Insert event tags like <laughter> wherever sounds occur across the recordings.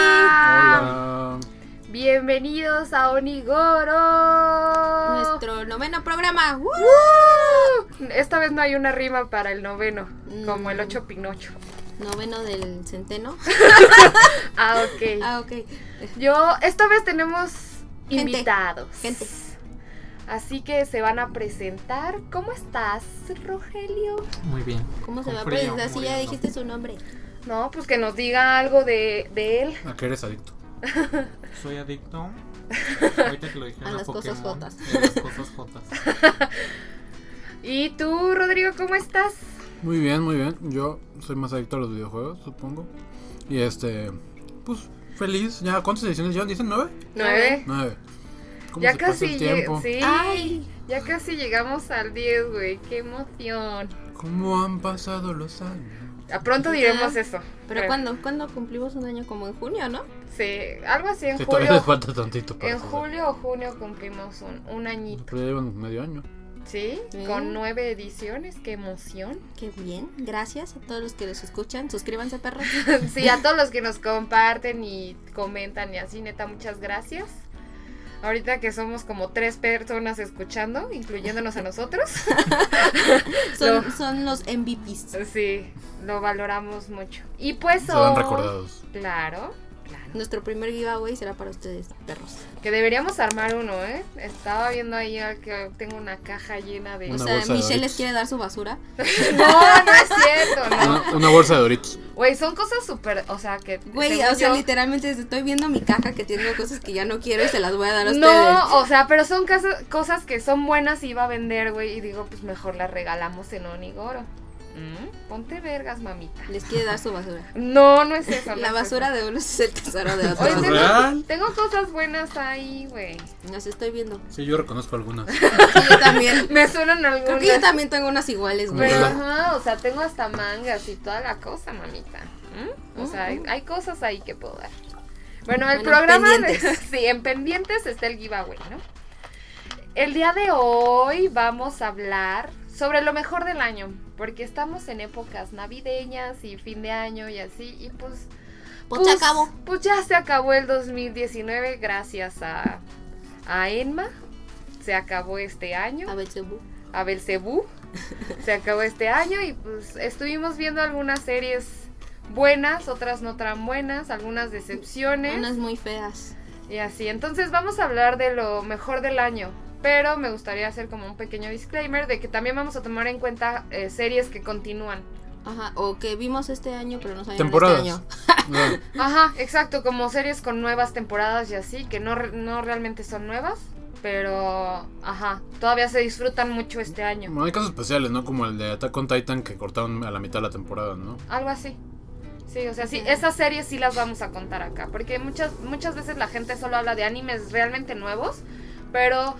¡Hola! Hola. Bienvenidos a Onigoro. Nuestro noveno programa. ¡Woo! Esta vez no hay una rima para el noveno, Mm. como el 8 Pinocho. Noveno del centeno. Ah, ok. Ah, ok. Yo, esta vez tenemos Gente, invitados. gente. Así que se van a presentar. ¿Cómo estás, Rogelio? Muy bien. ¿Cómo se Con va a frío, presentar si ya muriendo. dijiste su nombre? No, pues que nos diga algo de, de él. Ah, ¿A qué eres adicto? Soy adicto. <laughs> Ahorita que lo dije, A las cosas jotas. A las cosas jotas. ¿Y tú, Rodrigo, cómo estás? Muy bien, muy bien. Yo soy más adicto a los videojuegos, supongo. Y este, pues feliz. ¿Ya cuántas ediciones llevan? ¿Dicen nueve? Nueve. Nueve. ¿Cómo Ya se pasa casi, el lle- tiempo? sí, Ay. ya casi llegamos al 10, güey. Qué emoción. ¿Cómo han pasado los años? A pronto Ya. diremos eso. Pero creo. cuando cuando cumplimos un año como en junio, ¿no? Sí, algo así en Sí, todavía les julio. falta tantito para En pasar. julio o junio cumplimos un, un añito. Pero ya llevan medio año. ¿Sí? Sí. Con nueve ediciones, qué <laughs> emoción. Qué bien. Gracias a todos los que nos escuchan. Suscríbanse, <laughs> perros. Sí, a todos los que nos comparten y comentan y así, neta, muchas gracias. Ahorita que somos como tres personas escuchando, incluyéndonos a nosotros. <laughs> Son, No. son los MVPs. Sí, lo valoramos mucho. Y pues Serán hoy- recordados. Claro, claro. Nuestro primer giveaway será para ustedes, perros. Que deberíamos armar uno, ¿eh? Estaba viendo ahí al que tengo una caja llena de... O Una sea, bolsa de Michelle les Doritos. quiere dar su basura. <laughs> No, no es cierto, no. Una, una bolsa de Doritos. Güey, son cosas súper... O sea, que... Güey, según o sea, yo- literalmente estoy viendo mi caja que tiene cosas que ya no quiero y se las voy a dar a ustedes. No, o sea, pero son casa- cosas que son buenas y va a vender, güey. Y digo, pues mejor las regalamos en Onigoro. Mm, Ponte vergas, mamita. Les quiere dar su basura. No, no es eso. La basura de unos es el tesoro de Oye, otros. tengo, ¿Real? tengo cosas buenas ahí, güey. Las estoy viendo. Sí, yo reconozco <laughs> algunas. Sí, yo también. Me suenan Creo algunas. que yo también tengo unas iguales, güey. Pero, Hola. ajá, o sea, tengo hasta mangas y toda la cosa, mamita. ¿Mm? O sea, hay, hay cosas ahí que puedo dar. Bueno, el Bueno, en programa. de- pendientes. <laughs> sí, en pendientes está el giveaway, ¿no? El día de hoy vamos a hablar sobre lo mejor del año, porque estamos en épocas navideñas y fin de año y así, y pues. Pues se acabó. Pues ya se acabó el 2019, gracias a, a Enma. Se acabó este año A ver, Cebu. a Belcebú. Se acabó este año y pues estuvimos viendo algunas series buenas, otras no tan buenas, algunas decepciones Unas muy feas. y así. Entonces vamos a hablar de lo mejor del año, pero me gustaría hacer como un pequeño disclaimer de que también vamos a tomar en cuenta eh, series que continúan. Ajá, o que vimos este año, pero no sabíamos Temporadas. este año. O sea, Ajá, exacto, como series con nuevas temporadas y así, que no, re- no realmente son nuevas, pero ajá, todavía se disfrutan mucho este año. bueno, hay casos especiales, ¿no? Como el de Attack on Titan que cortaron a la mitad de la temporada, ¿no? Algo así. Sí, o sea, sí, esas series sí las vamos a contar acá. Porque muchas, muchas veces la gente solo habla de animes realmente nuevos, pero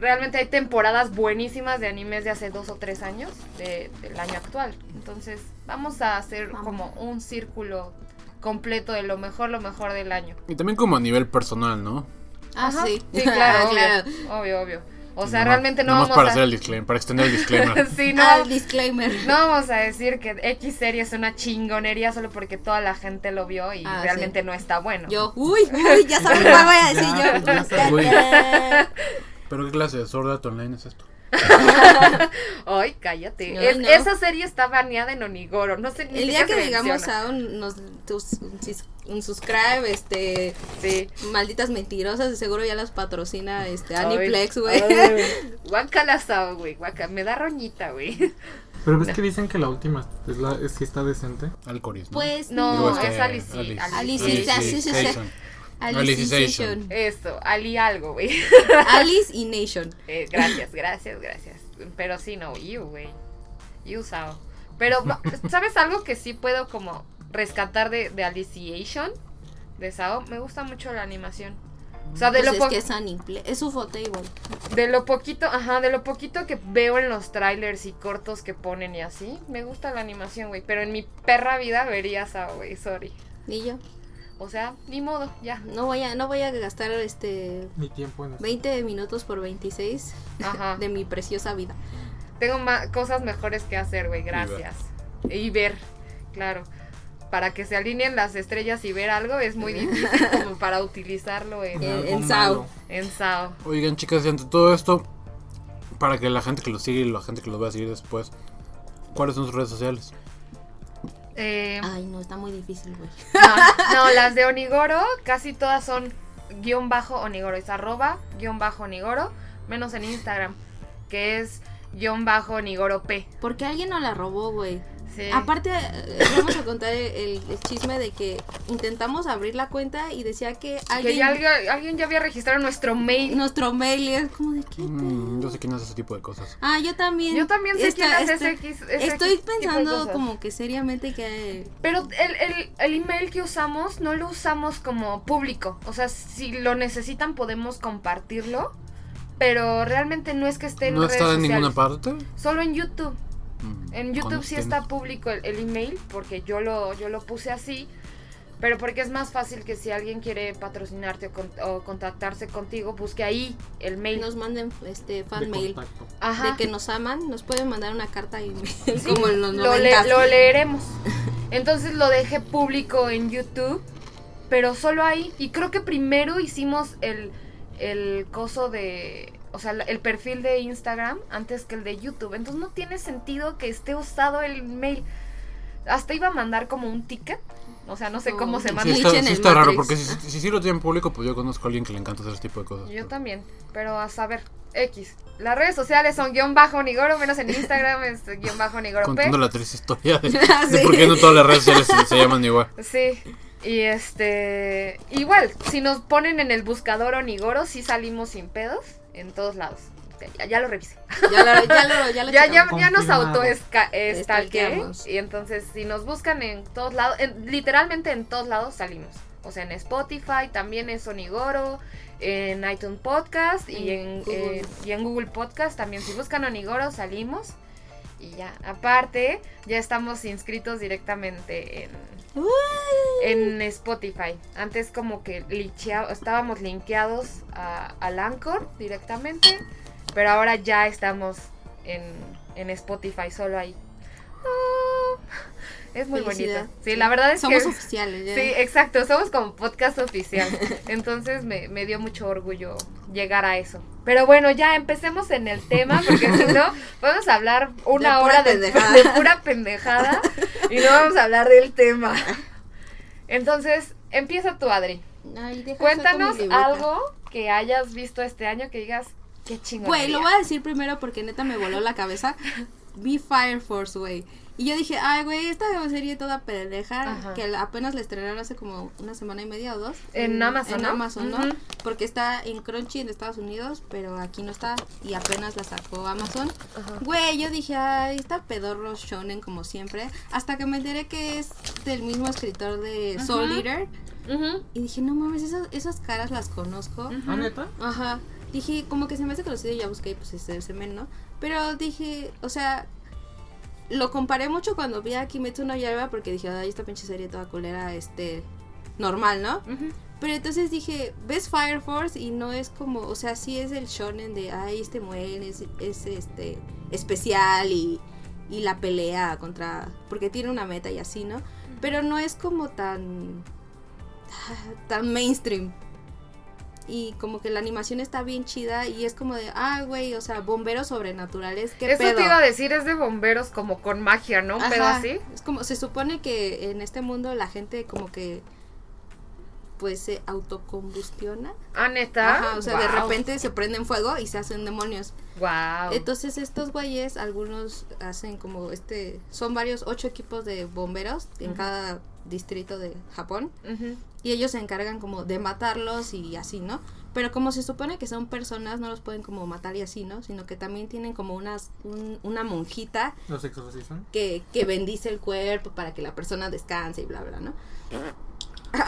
realmente hay temporadas buenísimas de animes de hace dos o tres años de- del año actual. Entonces, vamos a hacer Vamos. como un círculo completo de lo mejor, lo mejor del año. Y también como a nivel personal, ¿no? Ah, Ajá. sí. Sí, claro, <laughs> <laughs> obvio, Ah, obvio, obvio. O sea, Nomás- realmente no nomás vamos para a... hacer el disclaimer, para extender el disclaimer. <laughs> sí, no, Ah, el disclaimer. No vamos a decir que X serie es una chingonería solo porque toda la gente lo vio y Ah, realmente no está bueno. Yo, uy, uy, ya sabes cuál voy a decir <laughs> Ya, pues, yo. ya sabes. Uy, Eh, Pero qué clase de sorda online es esto. Ay, cállate. No, Es- no. Esa serie está baneada en Onigoro. No sé ni El siquiera día que se digamos menciona. a un, nos, tus- un, sis- un subscribe, este, Sí. malditas mentirosas, de seguro ya las patrocina este Ay, Aniplex, güey. ay. Guácala, sao, güey. guaca- Me da roñita, güey. <laughs> Pero ves que dicen que la última es la, es, sí está decente. Alcoris, ¿no? Pues No, Digo, es este, Alice. Alice. Alice, Alice. sí, sí, sí, sí. Jason. Alicization. Eso, Ali algo, güey. Alice y Nation. Eh, gracias, gracias, gracias. Pero sí, no, you, güey. You, Sao. Pero, va- ¿sabes algo que sí puedo como rescatar de, de Alicization? De Sao. Me gusta mucho la animación. O sea, de Pues lo, es po- que es Aniplex, es UFO Table. de lo poquito, ajá, de lo poquito que veo en los trailers y cortos que ponen y así, me gusta la animación, güey. Pero en mi perra vida vería Sao, güey, sorry. Y yo, O sea, ni modo, ya. no voy a, no voy a gastar este Mi tiempo en eso. 20 minutos por 26 Ajá. de mi preciosa vida. Tengo ma- cosas mejores que hacer, güey, gracias. Y ver, claro. para que se alineen las estrellas y ver algo es muy difícil como para utilizarlo en, este El- Algo el Sao. malo. en SAO. Oigan, chicas, y ante todo esto, para que la gente que los sigue y la gente que los va a seguir después, ¿cuáles son sus redes sociales? Eh, Ay, no, está muy difícil, güey. Ah. no, no, las de Onigoro casi todas son guión bajo Onigoro, es arroba guión bajo Onigoro, menos en Instagram, que es guión bajo Onigoro P. Porque alguien nos la robó, güey. Sí. Aparte, eh, vamos a contar el, el chisme de que intentamos abrir la cuenta y decía que alguien. Que ya alguien, alguien ya había registrado nuestro mail. Nuestro mail y es como de qué. Mm, pedo? yo sé quién hace ese tipo de cosas. Ah, yo también. Yo también sé Esta- quién hace esta- ese X- ese Estoy X tipo de pensando cosas. como que seriamente que. Pero el, el, el email que usamos no lo usamos como público. O sea, si lo necesitan podemos compartirlo. Pero realmente no es que esté en ¿No redes está en sociales. ninguna parte? Solo en YouTube. Mm, En YouTube sí consten. está público el, el email porque yo lo, yo lo puse así. Pero porque es más fácil que si alguien quiere patrocinarte o, con- o contactarse contigo, busque ahí el mail. Nos manden este de fan mail contacto. Ajá. de que nos aman, nos pueden mandar una carta y <laughs> como en los lo, le- 90. lo leeremos. Entonces lo dejé público en YouTube, pero solo ahí. Y creo que primero hicimos el, el coso de... O sea, la- el perfil de Instagram antes que el de YouTube. Entonces no tiene sentido que esté usado el mail. Hasta iba a mandar como un ticket. O sea, no sé cómo se Sí Sí, manda. está, Glitch en sí el está raro, Matrix. porque si, si sí lo tienen público, pues yo conozco a alguien que le encanta hacer ese tipo de cosas. Yo también, pero a saber. X. Las redes sociales son guión bajo Nigoro, menos en Instagram <laughs> es guión bajo Nigoro P. Contando la triste historia <laughs> de, Ah, de sí. por qué no todas las redes sociales se, se llaman igual. Sí. Y este. Igual, si nos ponen en el buscador Onigoro, sí salimos sin pedos en todos lados. Ya, ya lo revisé. Ya lo, ya lo, ya lo <laughs> Ya, ya, checamos. ya nos Confirmado. auto Stalkeamos. Y entonces, si nos buscan en todos lados, en- literalmente en todos lados salimos. O sea, en Spotify también es Onigoro, en iTunes Podcast y En en, Google. eh, y en Google Podcast también. Si buscan Onigoro, salimos. Y ya, aparte, ya estamos inscritos directamente en, Uy, en Spotify. Antes como que linchea- estábamos linkeados a, al Anchor directamente, pero ahora ya estamos en, en Spotify solo ahí. Ah, es muy felicidad. bonito. Sí, la verdad es Somos que... oficiales. ya. Sí, exacto, somos como podcast oficial. Entonces me, me dio mucho orgullo llegar a eso. Pero bueno, ya empecemos en el tema, porque si no, vamos a hablar una De pura hora de, pendejada. de pura pendejada y no vamos a hablar del tema. Entonces, empieza tú, Adri. Ay, deja Cuéntanos saco mi libreta. algo que hayas visto este año que digas, qué chingón. Güey, lo voy a decir primero porque neta me voló la cabeza. Vi Fire Force, güey. Y yo dije, ay, güey, esta serie toda pendeja Ajá. que la- apenas la estrenaron hace como una semana y media o dos. En Amazon, En ¿no? Amazon, ¿no? Ujú. Porque está en Crunchy en Estados Unidos, pero aquí no está y apenas la sacó Amazon. Güey, yo dije, ay, está pedorro shonen como siempre. Hasta que me enteré que es del mismo escritor de Soul Ujú. Eater. Y dije, no mames, esas, esas caras las conozco. ¿Ah, neta? Ajá. Dije, como que se me hace conocido y ya busqué, pues este se me, ¿no? Pero dije, o sea, lo comparé mucho cuando vi a Kimetsu no Yaiba porque dije, ay, esta pinche serie toda culera, este, normal, ¿no? Pero entonces dije, ves Fire Force y no es como, o sea, sí es el shonen de, ay, este Muen es, es, este, especial y, y la pelea contra, porque tiene una meta y así, ¿no? Pero no es como tan, tan mainstream. Y como que la animación está bien chida y es como de, ah, güey, o sea, bomberos sobrenaturales, ¿qué Eso pedo? te iba a decir, es de bomberos como con magia, ¿no? Pero Ajá, así. Es como, se supone que en este mundo la gente como que, pues, se autocombustiona. Ah, neta. Ajá, o sea, de Guau. repente se prenden fuego y se hacen demonios. Guau. Entonces estos güeyes, algunos hacen como este, son varios ocho equipos de bomberos en Ujú. cada distrito de Japón Ujú. y ellos se encargan como de matarlos y así, ¿no? Pero como se supone que son personas, no los pueden como matar y así, ¿no? Sino que también tienen como unas, un- una monjita <laughs> ¿Los exorcizan? que, que bendice el cuerpo para que la persona descanse y bla, bla, ¿no?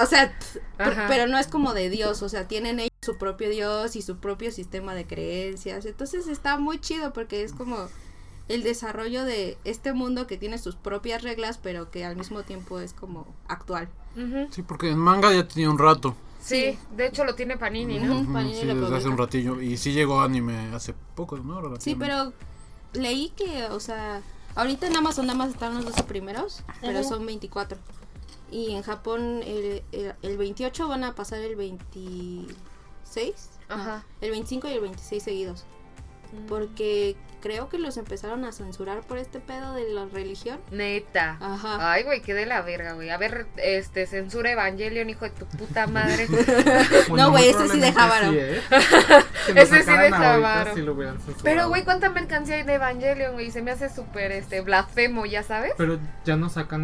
O sea, pf, per- Ajá. pero no es como de Dios, o sea, tienen ellos su propio Dios y su propio sistema de creencias. Entonces está muy chido porque es como el desarrollo de este mundo que tiene sus propias reglas, pero que al mismo tiempo es como actual. Ujú. Sí, porque en manga ya tenía un rato. Sí, de hecho lo tiene Panini, ¿no? Ujú, Ujú, Panini sí, lo desde hace un publica. ratillo. Y sí llegó anime hace poco, ¿no? Sí, Relativamente. pero leí que, o sea, ahorita en Amazon nada más están los 12 primeros, pero son 24. Y en Japón el, el, el 28 van a pasar el 26. Ajá. El 25 y el 26 seguidos. Porque creo que los empezaron a censurar por este pedo de la religión. Neta. Ah, Ajá. Ay, güey, qué de la verga, güey. A ver, este, censura Evangelion, hijo de tu puta <laughs> madre. Pues No, muy güey, ese sí probablemente dejaron. sí, <laughs> ¿eh? Si lo Ese sí sacaran ahorita, dejaron. sí lo hubieran censurado. Pero, güey, ¿cuánta mercancía hay de Evangelion, güey? Se me hace súper, este, blasfemo, ya sabes. Pero ya no sacan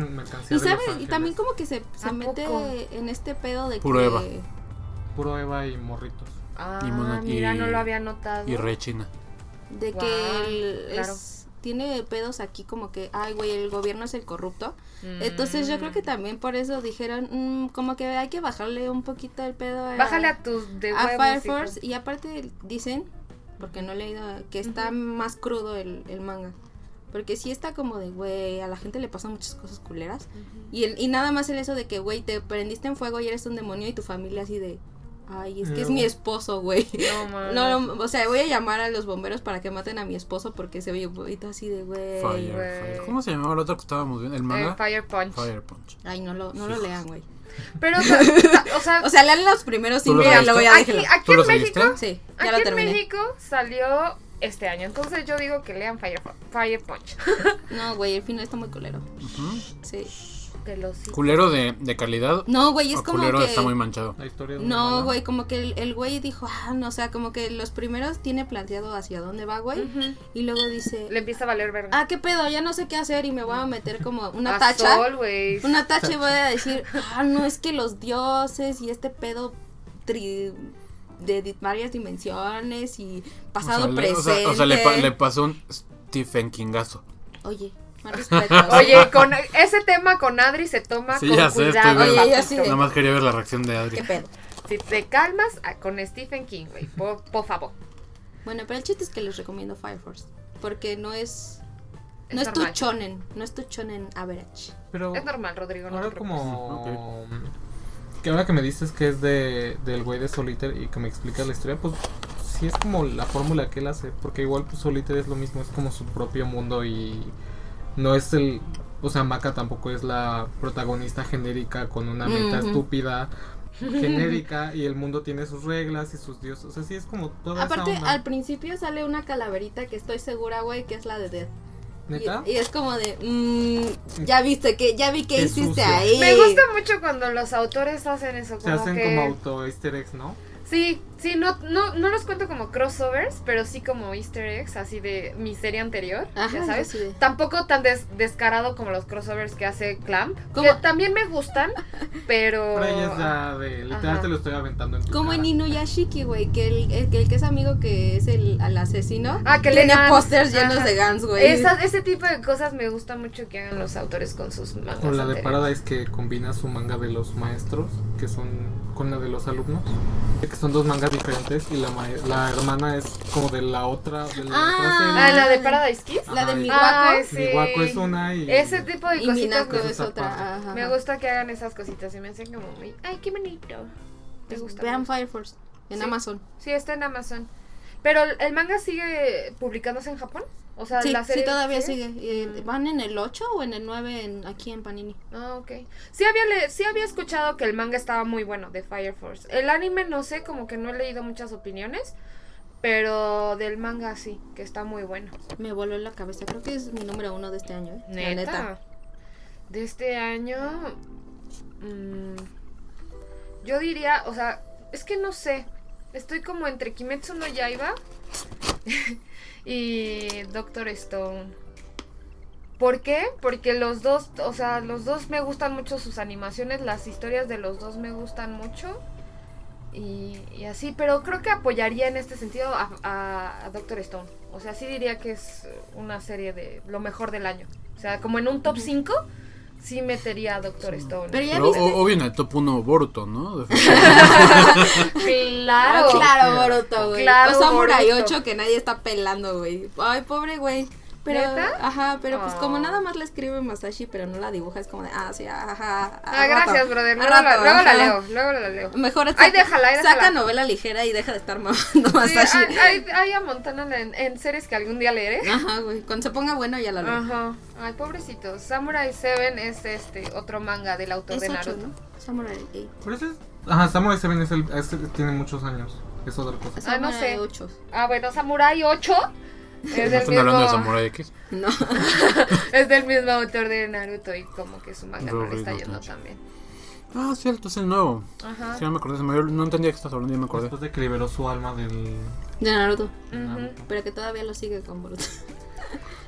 Y mercancía de Los sabes, y Ángeles. también como que se, se ¿A mete poco? en este pedo de Prueba. que Puro Eva y morritos. Ah, Y mono- mira, y- no lo había notado. Y re china. de Guau, que el- claro. es- tiene pedos aquí como que, ay, güey, el gobierno es el corrupto. Entonces yo creo que Mm. también por eso dijeron, "Mm, como que hay que bajarle un poquito el pedo a, Bájale a tus de a huevos, Fire hijo. Force. Y aparte dicen, porque no he leído, que está Ujú. más crudo el, el manga. Porque sí está como de, güey, a la gente le pasan muchas cosas culeras. Ujú. Y, el- y nada más el eso de que, güey, te prendiste en fuego y eres un demonio y tu familia así de, ay, es que es No. mi esposo, güey. <laughs> No, mames. <laughs> No, no, o sea, voy a llamar a los bomberos para que maten a mi esposo porque se oye un poquito así de, Eh, güey. Fire, güey. Fire. ¿Cómo se llamaba el otro que estábamos viendo? ¿El manga? Eh, Fire Punch. Fire Punch. Ay, no lo, no lo lean, güey. Pero, o sea, o sea, O sea, lean los primeros ¿Tú lo cinco y leíste? lo voy a aquí, dejar. aquí ¿Tú lo en México, seguiste? Sí, ya lo aquí en terminé. México salió este año. Entonces yo digo que lean Fire, Pu- Fire Punch. No, güey, el final está muy culero. Ujú. Sí. Te lo sigo. Culero de, de calidad. No, güey, es o como culero que... está muy manchado. La historia de una No, mala- güey, como que el- el güey dijo, ah, no, o sea, como que los primeros tiene planteado hacia dónde va, güey. Ujú. Y luego dice, Le empieza a valer verga. ah, qué pedo, ya no sé qué hacer y me voy a meter como una A tacha. Sol, güey. Una tacha y voy a decir, ah, no, es que los dioses y este pedo tri- de di- varias dimensiones y o sea, pasado, le- o presente. sea, o sea, le, pa- le pasó un Stephen Kingazo. Oye, más respeto. Oye, con ese tema con Adri se toma Sí, con ya sé, cuidado. estoy viendo. Oye, ya papito. sí. Nada más quería ver la reacción de Adri. qué pedo. Si te calmas ah, con Stephen King, güey, por, por favor. Bueno, pero el chiste es que les recomiendo Fire Force. Porque no es. No es, tu normal. chonen. No es tu chonen average. Pero Es normal, Rodrigo. No ahora te preocupes. como... Que ahora que me dices que es de, del güey de Solitaire y que me explicas la historia, pues sí es como la fórmula que él hace. Porque igual pues, Solitaire es lo mismo, es como su propio mundo y no es el... O sea, Maca tampoco es la protagonista genérica con una meta Ujú. estúpida, genérica, y el mundo tiene sus reglas y sus dioses. O sea, sí es como toda esa Aparte, onda. al principio sale una calaverita que estoy segura, güey, que es la de Death. ¿Neta? Y, y es como de. mm, ya viste, que ya vi que Qué hiciste sucio. ahí. Me gusta mucho cuando los autores hacen eso. Se Como hacen que... como auto easter eggs, ¿no? Sí, sí, no, no, no los cuento como crossovers, pero sí como easter eggs, así de mi serie anterior, ya Ajá, sabes. así de- Tampoco tan des- descarado como los crossovers que hace Clamp, Como- que también me <laughs> gustan, pero... Pero ella es ya de. Literal Ajá. te lo estoy aventando en tu Como cara. en Inuyashiki, güey, que el, el, que el que es amigo que es el al asesino. Ah, que le tiene dan- pósters llenos Ajá. de Guns, güey. Esas- ese tipo de cosas me gusta mucho que hagan los autores con sus mangas. Pues O la de anteriores. Paradise que combina su manga de los maestros, que son con la de los alumnos. Que son dos mangas diferentes y la, ma- la hermana es como de la otra. De la Ah. Ah, otra la de Paradise Kiss. La de Ay. mi Ah, guaco. sí. Mi guaco es una y. Ese tipo de Y cositas Minako me, es otra. Ajá. me gusta que hagan esas cositas y me hacen como muy... Ay, qué bonito. Me Pues gusta. Vean Fire Force en Sí. Amazon. Sí, está en Amazon. Pero el manga sigue publicándose en Japón. O sea, Sí, la serie. sí, todavía ¿sí? sigue. Eh, Mm. ¿Van en el 8 o en el 9 en- aquí en Panini? Ah, ok. Sí había, le- sí había escuchado que el manga estaba muy bueno de Fire Force. El anime no sé, como que no he leído muchas opiniones. Pero del manga sí, que está muy bueno. Me voló la cabeza. Creo que es mi número uno de este año. ¿eh? La Neta. neta. De este año. mm, yo diría, o sea, es que no sé. Estoy como entre Kimetsu no Yaiba y Doctor Stone. ¿Por qué? Porque los dos, o sea, los dos me gustan mucho sus animaciones, las historias de los dos me gustan mucho. Y, y así, pero creo que apoyaría en este sentido a, a- a Doctor Stone. O sea, sí diría que es una serie de lo mejor del año. O sea, como en un top 5, sí metería a Doctor Stone. Pero ya Pero, viste. o, o bien el top 1 Boruto, <laughs> ¿no? De- <laughs> Claro. Ah, claro, Boruto, güey. Claro, o Samurai Boruto. 8 que nadie está pelando, güey. Ay, pobre güey. Pero, ¿Neta? ajá, pero pues Oh. como nada más la escribe Masashi, pero no la dibuja, es como de, ah, sí, ajá. Ah, al rato, gracias, brother. al Luego, la, rato, luego la ajá. leo, luego la leo. Mejor Ay, déjala, ay, déjala. saca novela ligera y deja de estar mamando Sí, Masashi. hay, hay- hay a Montana en, en series que algún día leeré. Ajá, güey. Cuando se ponga bueno ya la leo. Ajá. Ay, pobrecito. Samurai 7 es este otro manga del autor es de 8, Naruto. ¿no? Samurai eh, 8. Pero ese es- Ajá, Samurai Seven es el, es- tiene muchos años. Es otra cosa. Ah, no sé. Samurai 8. Ah, bueno, Samurai 8 es No del, están hablando de mismo, Samurai X. <laughs> No. <laughs> es del mismo autor de Naruto y como que su manga no le Rurouni está no yendo Kenshin. también. Ah, cierto, es el nuevo. Ajá. Ah. Sí, ya me acordé, se me había- no entendía que estás hablando, ya me acordé. Después de que liberó su alma del. De Naruto. Ujú. Pero que todavía lo sigue con Boruto. <laughs>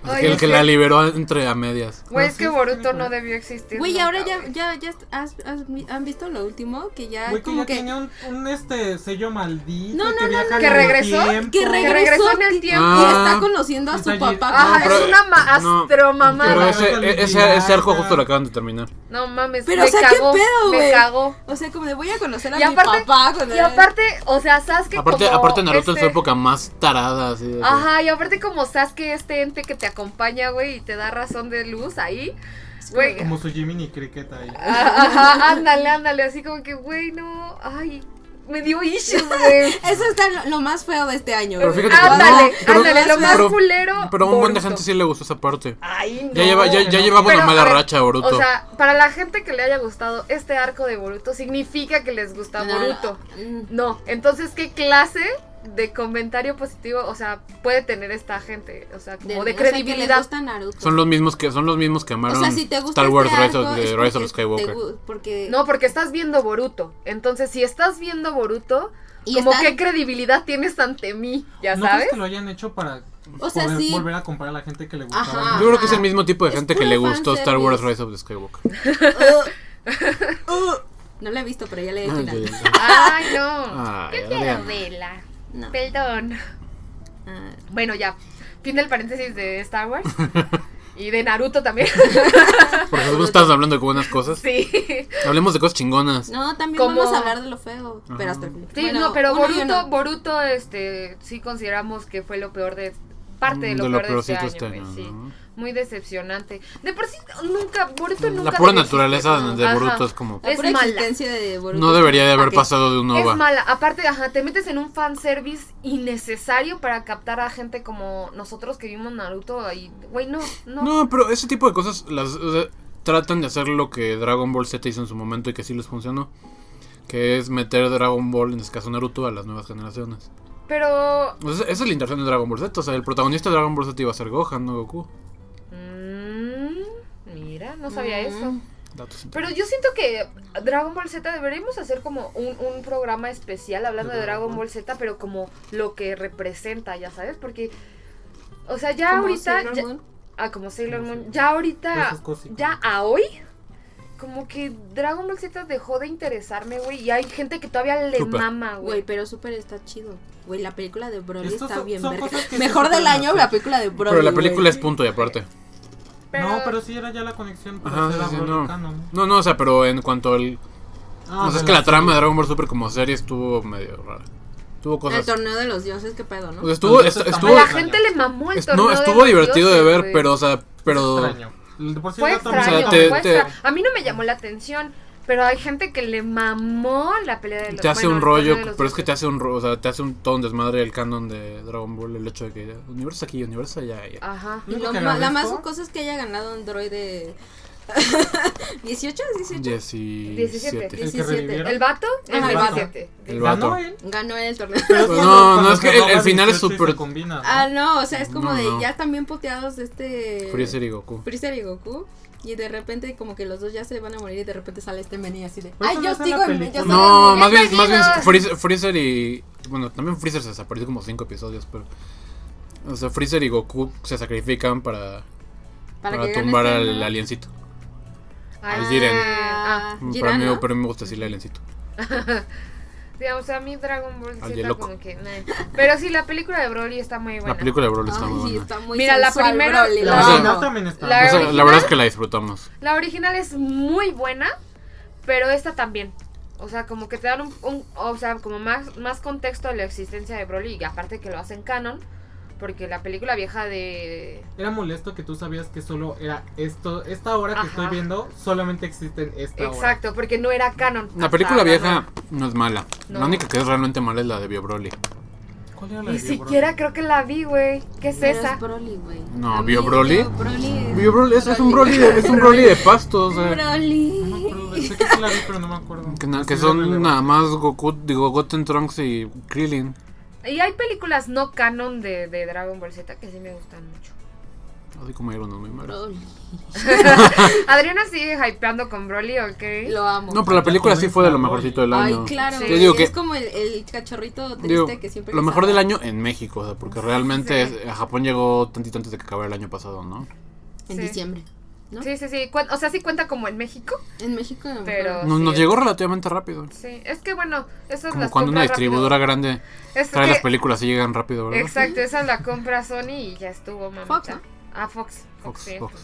Así Ay, que el es que que- la liberó entre a medias. Güey, No, es sí, que sí, Boruto sí. no debió existir. Güey, ahora nunca, ya, güey. ya, ya has- has vi- han visto lo último que ya Güey, que como ya que tenía un, un, este sello maldito. No, y no, que no, viaja no. en ¿Que el regresó? tiempo. que Que regresó, regresó en el que- tiempo. y está Ah. conociendo a Está su allí. papá. Ajá, No, pero- Ah, es una ma no. astromamada. Pero Mamá. ese, e- ese, ese arco justo lo acaban de terminar. No mames, Pero, me o sea, ¿qué cagó, pedo, me güey? cagó. O sea, como de voy a conocer a Y mi aparte- papá. cuando Y era- aparte, o sea, Sasuke Aparte, como aparte Naruto es este- su época más tarada, así de que- Ajá, y aparte como Sasuke, este ente que te acompaña, güey, y te da razón de luz ahí, güey. Como su Jiminy Cricket ahí. a- Ajá, ándale, ándale, así como que, güey, no, ay, me dio issues, güey. Eso está lo, lo más feo de este año. Pero güey. fíjate que- Ándale, no, pero- ándale, lo más pero- culero, Pero a un buen de Boruto. gente sí le gustó esa parte. Ay, no. Ya lleva, ya, ya no. llevaba Pero, una mala a ver, racha Boruto. O sea, para la gente que le haya gustado este arco de Boruto, significa que les gusta No, Boruto. mm. No, entonces, ¿qué clase de comentario positivo, o sea, puede tener esta gente? O sea, como de, o sea, que le credibilidad. gusta Naruto. son los mismos que son los mismos que o amaron sea, si te gusta Star Wars este Rise of, arco, es de Rise of porque te Skywalker. gu- porque No, porque estás viendo Boruto. Entonces, si estás viendo Boruto, Y como está- qué credibilidad tienes ante mí, ya ¿No pues, sabes. crees que lo hayan hecho para O sea, poder sí. volver a comprar a la gente que le Ajá. gustaba? Yo Yo creo que es Ajá. el mismo tipo de Es gente que puro le gustó Star Wars Rise fanservice. of the Skywalker. <laughs> <laughs> Uh, no la he visto, pero ya le he Ay, final. Ah, ya, ya. Ay, no. Ay, Yo Ah, Adriana. quiero vela. No. Perdón. Ah, Bueno, ya. Fin del paréntesis de Star <laughs> Wars. y de Naruto también. Por eso no estás hablando de buenas cosas. sí. Hablemos de cosas chingonas. No, también Como- vamos a hablar de lo feo. Pero hasta el final. Sí, Bueno, no, pero uno y Boruto, uno. Boruto, este, sí consideramos que fue lo peor de parte de lo, peor, de este año, peorcito güey, este año, sí. ¿no? Muy decepcionante. De por sí nunca Boruto nunca La pura debió naturaleza existir. de Ajá. Boruto es como La Es pura mala. existencia de Boruto. no debería de haber ¿Para qué? pasado de un Es OVA. mala. Aparte, ajá, te metes en un fanservice innecesario para captar a gente como nosotros que vimos Naruto y, güey, no, no. No, pero ese tipo de cosas las o sea, tratan de hacer lo que Dragon Ball Z hizo en su momento y que sí les funcionó, que es meter Dragon Ball en este caso Naruto a las nuevas generaciones. Pero... O sea, esa es la intención de Dragon Ball Z, o sea, el protagonista de Dragon Ball Z iba a ser Gohan, no Goku. mm, mira, no sabía Mm. eso. Datos Pero yo siento que Dragon Ball Z deberíamos hacer como un, un programa especial hablando de Dragon Ball Z, pero como lo que representa, ya sabes, porque... O sea, ya Como ahorita... Sailor ya- Moon. ah, como Sailor Como Moon. Sailor Ya Esas ahorita... cositas. Ya a hoy... Como que Dragon Bentacle Z dejó de interesarme, güey. Y hay gente que todavía le Súper. mama, Güey, güey. pero súper está chido. Güey, la película de Broly Estos está son- bien son verga. cosas <laughs> que Mejor se del superan, año sí. la película de Broly. Pero la güey. película es punto y aparte. No, pero sí era ya la conexión pues, para Ajá, hacer sí, a Broly no. canon. No, no, o sea, pero en cuanto al... o Ah, sea, Pues es de que la trama de Dragon Ball Super como serie estuvo medio rara. Tuvo El cosas... torneo de los dioses, qué pedo, ¿no? O sea, estuvo... Entonces, est- A estuvo la extraño. gente le mamó el est- torneo. no, de estuvo los divertido de dioses, ver, güey. pero, o sea, pero... Extraño. De por sí Fue la trama- extraño, O sea, te- fue te- extra- A mí no me llamó la atención, pero hay gente que le mamó la pelea de los Te hace bueno, un el torneo rollo, de los pero es que te dioses. hace un rollo, o sea, te hace un todo un desmadre el canon de Dragon Ball, el hecho de que universo aquí, universo allá, ya. Ajá. Lo único Lo que ma- la más agradezco- cosa es que haya ganado un droide <laughs> 18, 18. 17. El que 17. revivieron. ¿El vato es Ajá, el 17. El Ganó vato. él. Ganó el torneo. Pero es No, cuando- no, cuando es que se el- el roban final es 18 y se súper- combina, ¿no? Ah, no, o sea, es como No, de no. ya también puteados de este Freezer y Goku. Freezer y Goku. Y de repente como que los dos ya se van a morir y de repente sale este men y así de... Pero Ay, eso yo no es en sigo la en... película. yo sigo No, en- más bien, más bien Bienvenidos. Freezer, Freezer y... Bueno, también Freezer se desapareció como cinco episodios, pero... O sea, Freezer y Goku se sacrifican para, para, que gane tumbar este, al ¿no? aliencito. Ah, Al Jiren. ah. Ah, Pero a, Jirán, mí, ¿no? pero a mí me gusta decirle aliencito. Sí, o sea, a mí Dragon Ball Al Z Yeloco. como que... meh. Pero sí, la película de Broly está muy buena. La película de Broly está muy Ay, buena. está muy Mira, la sensual, primera- Broly, La lo O sea, amo. original también La está. O sea, la original- verdad es que la disfrutamos. La original es muy buena, pero esta también. O sea, como que te dan un, un- o sea, como más, más contexto de la existencia de Broly y aparte que lo hacen canon. Porque la película vieja de. Era molesto que tú sabías que solo era esto, esta hora que Ajá. estoy viendo, solamente existe en esta hora. Exacto, porque no era canon. La hasta película nueva. vieja no es mala. La No. única que es realmente mala es la de Bio Broly. ¿Cuál era la Ni de Bro? siquiera creo que la vi, güey. ¿Qué es Pero esa? es Broly, güey. No, A mí, ¿vio Broly? no, Broly es- Bio Broly es, es un Broly, de- es un Broly de pasto, o sea, No me Broly. acuerdo, sé que sí la vi, pero no me acuerdo. que, na- Es que son irrelevante. nada más Goku, digo, Goten Trunks y Krillin. Y hay películas no canon de, de Dragon Ball Z que sí me gustan <laughs> mucho. <laughs> Así como Iron Man, muy malo. Broly. Adriana sigue hypeando con Broly, ¿ok? Lo amo. No, pero la película sí fue de lo mejorcito del Ay, año. claro. Sí. güey, Yo digo es que- como el, el cachorrito triste Digo, que siempre. lo les mejor habla. del año en México, o sea, porque realmente es- a Japón llegó tantito antes de que acabara el año pasado, ¿no? En Sí. diciembre. ¿no? Sí, sí, sí. Cuen- O sea, sí cuenta como en México, En México. no me pero. acuerdo. Nos, sí nos es- llegó relativamente rápido. Sí, es que bueno, eso es Como cuando una distribuidora grande trae las películas y llegan rápido, ¿verdad? Exacto, esa la compra Sony y ya estuvo, mamita. Fox, ¿no? Ah, Fox. Fox, Fox, sí. Fox.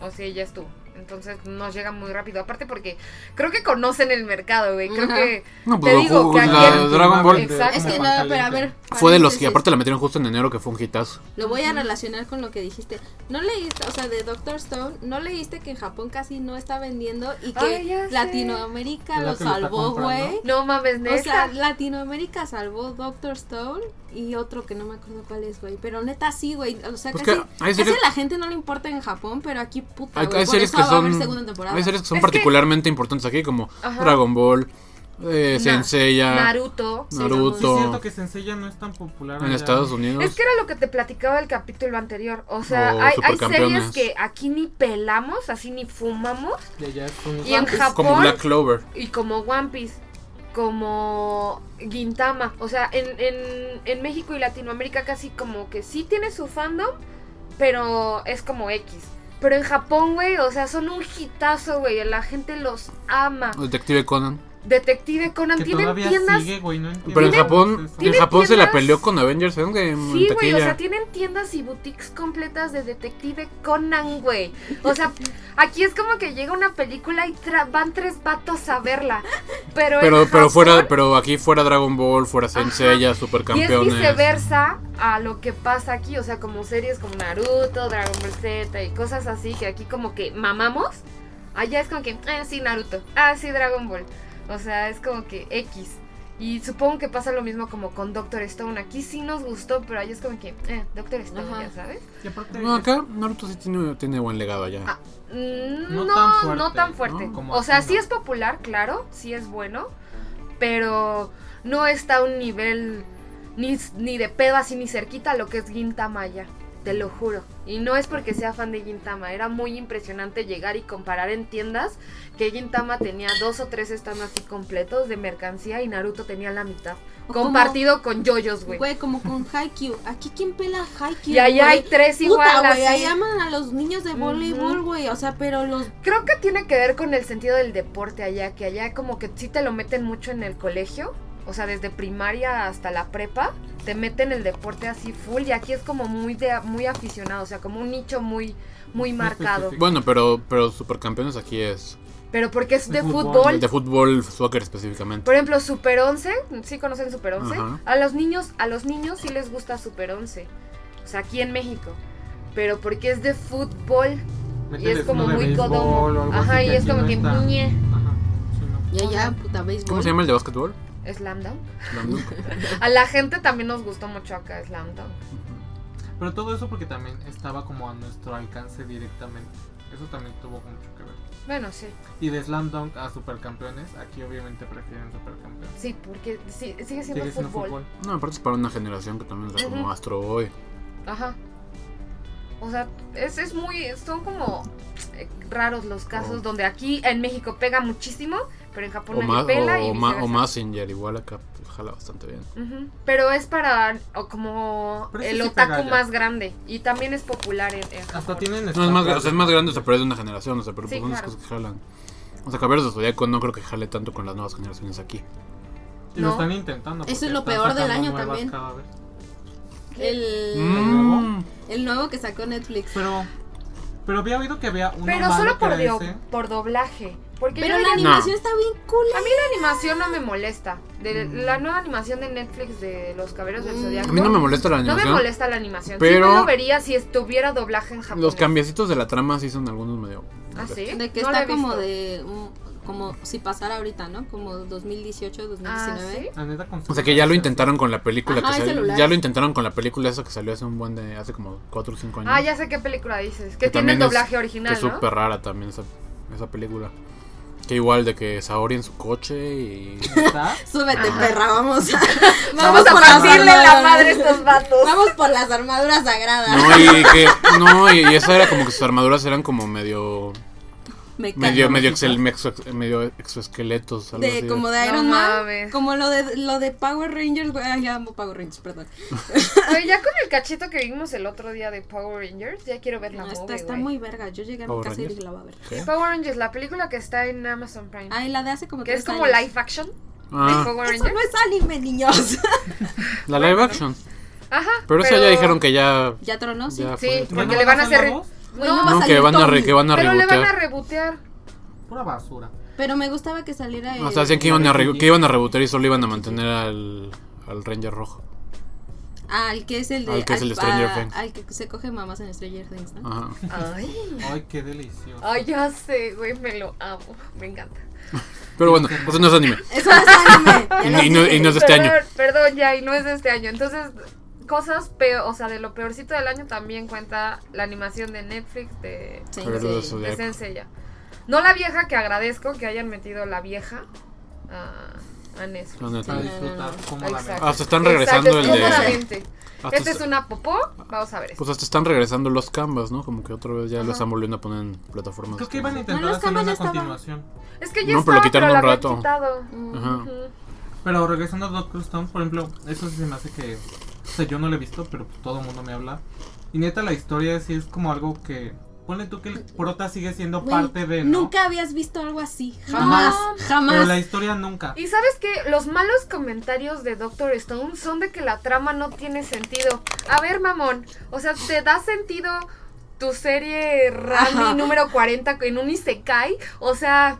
O sí, ya estuvo. Entonces nos llega muy rápido. Aparte porque creo que conocen el mercado, güey. Creo Ajá. que... No, Te pues digo Goku, que la ayer- Dragon Ball Exacto. Es que no, Pan pero a caliente. ver. fue de los que paréntesis, aparte la metieron justo en enero, que fue un hitazo. Lo voy a relacionar con lo que dijiste. No leíste, o sea, de Doctor Stone, no leíste que en Japón casi no está vendiendo y que Ay, ya sé. Latinoamérica Es la lo que lo está salvó, comprando. güey. No mames, neta. O sea, Latinoamérica salvó Doctor Stone y otro que no me acuerdo cuál es, güey. Pero neta sí, güey. O sea, Pues casi, que hay casi series- a la gente no le importa en Japón, pero aquí puta, Hay, güey. hay por series eso que va a haber son, segunda temporada. hay series que son Es que- particularmente importantes aquí, como Ajá. Dragon Ball, eh, Na- Senseiya, Naruto, Naruto. Naruto. pues Sí, es cierto que Sensei ya no es tan popular. en allá. Estados Unidos. Es que era lo que te platicaba el capítulo anterior. O sea, O hay, hay series Supercampeones. que aquí ni pelamos, así ni fumamos. Y allá es un- Y en Japón... como Black Clover. y como One Piece, como Gintama. O sea, en, en, en México y Latinoamérica casi como que sí tiene su fandom, pero es como X. Pero en Japón, güey, o sea, son un hitazo, güey. La gente los ama. Detective Conan. Detective Conan que tienen todavía tiendas. sigue, güey, no entiendo pues, Pero en cómo Japón, es eso. en tiene Japón se la tiendas- peleó con Avengers Endgame Sí, en güey, o sea, taquilla. tienen tiendas y boutiques completas de Detective Conan, güey. O <laughs> sea, aquí es como que llega una película y tra- van tres vatos a verla. Pero, en Pero, pero fuera, Japón- pero aquí fuera Dragon Ball, fuera Ajá. Senseiya, Y es Supercampeones. viceversa a lo que pasa aquí, o sea, como series como Naruto, Dragon Ball Z y cosas así que aquí como que mamamos, allá es como que, ah, sí, Naruto, ah, sí, Dragon Ball, o sea, es como que X. Y supongo que pasa lo mismo como con Doctor Stone, aquí sí nos gustó, pero allá es como que, eh, Doctor Stone, Ajá. ya sabes. Y aparte, No, acá Naruto sí tiene, tiene buen legado allá. Ah, Mm, No No, tan fuerte, no tan fuerte. ¿no? Como O sea, aquí, sí ¿no? es popular, claro, sí es bueno, pero no está a un nivel ni, ni de pedo así ni cerquita a lo que es Gintama ya, te lo juro. Y no es porque sea fan de Gintama, era muy impresionante llegar y comparar en tiendas que Gintama tenía dos o tres stands así completos de mercancía y Naruto tenía la mitad, O como- compartido con yoyos, güey. Güey, <laughs> como con Haikyuu. Aquí quién pela Haikyuu. Y allá hay güey? tres Puta, igual. güey, así. ahí aman a los niños de voleibol, Ujú. güey. O sea, pero los. Creo que tiene que ver con el sentido del deporte allá, que allá como que sí te lo meten mucho en el colegio, o sea, desde primaria hasta la prepa, te meten el deporte así full y aquí es como muy de muy aficionado, o sea, como un nicho muy muy marcado. específico. Bueno, pero, pero Supercampeones aquí es Pero porque es de De fútbol. fútbol. de fútbol, soccer específicamente. Por ejemplo, Super 11, sí conocen Super 11? Ajá. A los niños, a los niños sí les gusta Super 11. O sea, aquí en México. Pero porque es de fútbol y mételes es como uno de muy béisbol o codomo. algo Ajá, así y es aquí como no que está. ñe, Ajá, sí, no. Y allá, puta, béisbol. ¿Cómo se llama el de básquetbol? slam dunk. <laughs> Slam Dunk. A la gente también nos gustó mucho acá Slam Dunk. Pero todo eso porque también estaba como a nuestro alcance directamente. Eso también tuvo mucho que ver. Bueno, sí. Y de Slam Dunk a Supercampeones, aquí obviamente prefieren Supercampeones. Sí, porque sí- sigue siendo Sigue siendo fútbol. fútbol. No, aparte es para una generación que también está como Ujú. Astro Boy. Ajá. O sea, es, es muy. Son como eh, raros los casos Oh. donde aquí en México pega muchísimo, pero en Japón O, nadie más, pela o, y o ma- o viceversa. Mazinger, igual acá pues, jala bastante bien. Ujú. Pero es para o como Pero ese el sí pega otaku ya. más grande. Y también es popular en, en Hasta Japón. tienen No, es más, gra- o estatuas sea, es de- más grande, o sea, pero es de una generación, o sea, pero Sí, pues son las claro. cosas que jalan. O sea, Caballeros de Zodíaco no creo que jale tanto con las nuevas generaciones aquí. Y lo No. están intentando. Eso es porque lo están peor del sacando año nuevas también. cada vez. El, Mm. el nuevo que sacó Netflix. Pero, pero había oído que había uno Pero malo solo que por, era dio- ese. por doblaje. Porque Pero yo la diría- animación está bien cool. A mí la animación no me molesta. De la nueva animación de Netflix de Los Caballeros del Mm. Zodiaco. Mm. A mí no me molesta la No me animación. molesta la animación. Pero- Sí me lo vería si estuviera doblaje en japonés. Los cambiecitos de la trama sí son algunos medio. ¿Ah, sí? De que No la está he como visto. de. un- como si pasara ahorita, ¿no? Como 2018, 2019. Ah, ¿sí? La neta, con- O sea que ya lo intentaron con la película Ajá, que hay salió- celulares. Ya lo intentaron con la película esa que salió hace un buen de. hace como 4 o 5 años. Ah, ya sé qué película dices. Que, tiene también el es- doblaje Que original, es ¿no? súper rara también esa, esa película. Que igual de que Saori en su coche <laughs> y. ¿Está? Súbete, Ajá. perra, vamos <laughs> a. Vamos a por las partirle la armaduras. madre a estos vatos. <laughs> Vamos por las armaduras sagradas. No, y que. No, y, y esa era como que sus armaduras eran como medio. Me cago. medio, medio, exel- exo- medio exoesqueletos. Algo así de, como de No Iron Man, mames. como lo de lo de Power Rangers, güey, ay, amo Power Rangers, perdón. Güey, ya con el cachito que vimos el otro día de Power Rangers, ya quiero ver la No, movie, está, está güey. muy verga. Yo llegué a mi Power casa y Rangers. dije la voy a ver. ¿Qué? Power Rangers, la película que está en Amazon Prime. Ay, la de hace como que es tres como años. live action de Ah, Power Eso Rangers. no es anime, niños. <laughs> la live action. Ajá. Pero, esa ya dijeron que ya. ya tronó, sí. ya Sí, fue. ¿No porque le van a vas dar hacer. la voz? Güey, no No, va a No, que salir van a, re- Tommy. que van a pero le van a rebotear. rebotear. Pura basura. Pero me gustaba que saliera el... O sea, decían que iban a, re- que iban a rebotear y solo iban a mantener al, al Ranger rojo. Ah, el que es el de Al que es el de Stranger Things. Ah. Al que se coge mamás en Stranger Things, ¿no? Ajá. Ay. Ay, qué delicioso. Ay, ya sé, güey, me lo amo. Me encanta. Pero <laughs> bueno, eso no es anime. Eso no es <laughs> anime. ya Y, lo y no, dije. y no es de este año. Perdón, Perdón, ya, y no es de este año. Entonces, cosas peor, o sea, de lo peorcito del año también cuenta la animación de Netflix de, Sí, Pero sí. eso de de- Sensei ya. No la vieja, que agradezco que hayan metido la vieja a, a Netflix. la neta. Para Sí, no, disfrutar no, no. cómodamente. Exacto. Hasta Ah, están Exacto, regresando el de- cómodamente. Hasta Esta este es se- una popó, vamos a ver esto. Pues hasta están regresando los canvas, ¿no? Como que otra vez ya Ajá. lo están volviendo a poner en plataformas. Creo que iban a No, intentar los hacer cambios ya una estaban. continuación. Es que ya No, pero estaba, lo quitaron pero la un habían rato. quitado. Mm. Ajá. Ujú. Pero regresando a Doctor Stone, por ejemplo, eso sí se me hace que. O sea, yo no lo he visto, pero pues todo el mundo me habla. Y neta, la historia sí es como algo que. Ponle tú que el prota sigue siendo Güey, parte de. ¿no? Nunca habías visto algo así. Jamás. Jamás. Pero Jamás. la historia nunca. Y sabes que los malos comentarios de Doctor Stone son de que la trama no tiene sentido. A ver, mamón, o sea, ¿te da sentido tu serie Rami Ajá. número 40 en un Isekai? O sea,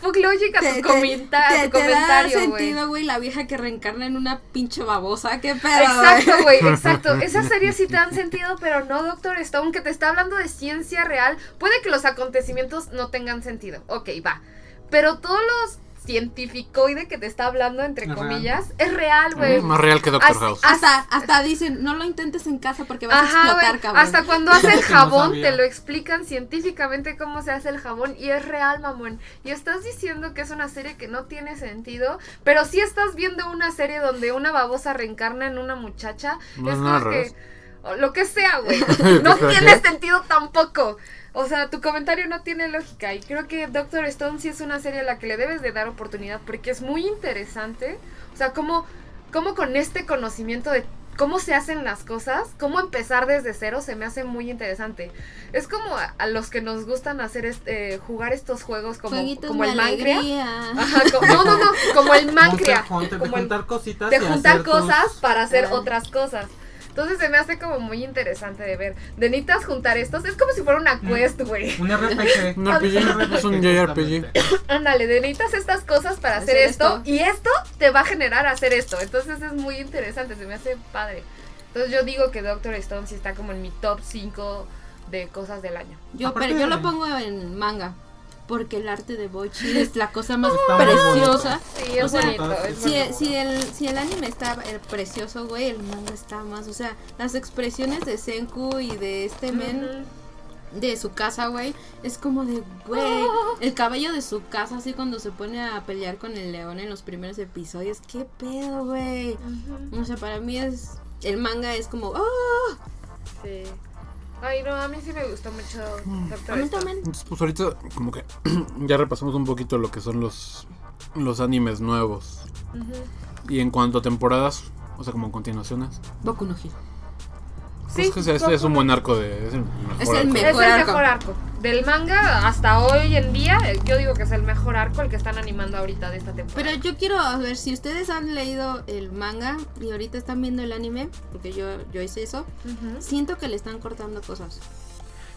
fuck logic a tu, comenta- a te- tu te da comentario, güey. sentido, güey, la vieja que reencarna en una pinche babosa. Qué pedo, Exacto, güey. güey, exacto. Esas series sí te dan sentido, pero no Doctor Stone, que te está hablando de ciencia real. Puede que los acontecimientos no tengan sentido. Ok, va. Pero todos los cientificoide que te está hablando, entre Es real. comillas, es real, güey. Más real que Doctor Pues, Así- ah. House. <laughs> Hasta, hasta dicen, no lo intentes en casa porque vas a Ajá, explotar, güey. cabrón. Hasta <laughs> cuando hacen No jabón, sabía. te lo explican científicamente cómo se hace el jabón y es real, mamón. Y estás diciendo que es una serie que no tiene sentido, pero sí estás viendo una serie donde una babosa reencarna en una muchacha. No, es no, como al que. revés. o Lo que sea, <laughs> güey. No tiene sentido tampoco. O sea, tu comentario no tiene lógica. Y creo que Doctor Stone sí es una serie a la que le debes de dar oportunidad porque es muy interesante. O sea, cómo, cómo con este conocimiento de cómo se hacen las cosas, cómo empezar desde cero, se me hace muy interesante. Es como a, a los que nos gustan hacer este, jugar estos juegos como, Fueguitos como me el Mangria. alegría. Ajá, co- no, no, no, como el Mangria. Hunter, Hunter, de como el- juntar cositas. de y juntar hacer tus- cosas para hacer Ah. otras cosas. Entonces se me hace como muy interesante de ver. De necesitas juntar estos. Es como si fuera una quest, güey. Un <laughs> RPG. Un RPG, es un JRPG. justamente. Ándale, de necesitas estas cosas para hacer, Hacer esto, esto. Y esto te va a generar hacer esto. Entonces es muy interesante. Se me hace padre. Entonces yo digo que Doctor Stone sí está como en mi top 5 de cosas del año. Yo, Aparte pero yo lo de- pongo en manga. Porque el arte de Boichi es la cosa más Está muy preciosa. Sí, es O sea, bonito. es Si, bonito. si el, si el anime está eh, precioso, güey, el manga está más. O sea, las expresiones de Senku y de este men Ujú. de su casa, güey, es como de, güey, el cabello de su casa, así cuando se pone a pelear con el león en los primeros episodios. ¿Qué pedo, güey? Ujú. O sea, para mí es. El manga es como. ¡Oh! Sí. Ay, no, a mí sí me gustó mucho A Doctor mí Stone. también. Entonces, pues ahorita como que <clears throat> ya repasamos un poquito lo que son los, los animes nuevos. Ujú. Y en cuanto a temporadas, o sea, como continuaciones. Boku no Hero. Sí, pues que este es un buen arco de... Es el mejor Es el arco. Es mejor. el arco. mejor arco. Del manga hasta hoy en día, eh, yo digo que es el mejor arco el que están animando ahorita de esta temporada. Pero yo quiero a ver si ustedes han leído el manga y ahorita están viendo el anime, porque yo, yo hice eso. Ujú. Siento que le están cortando cosas.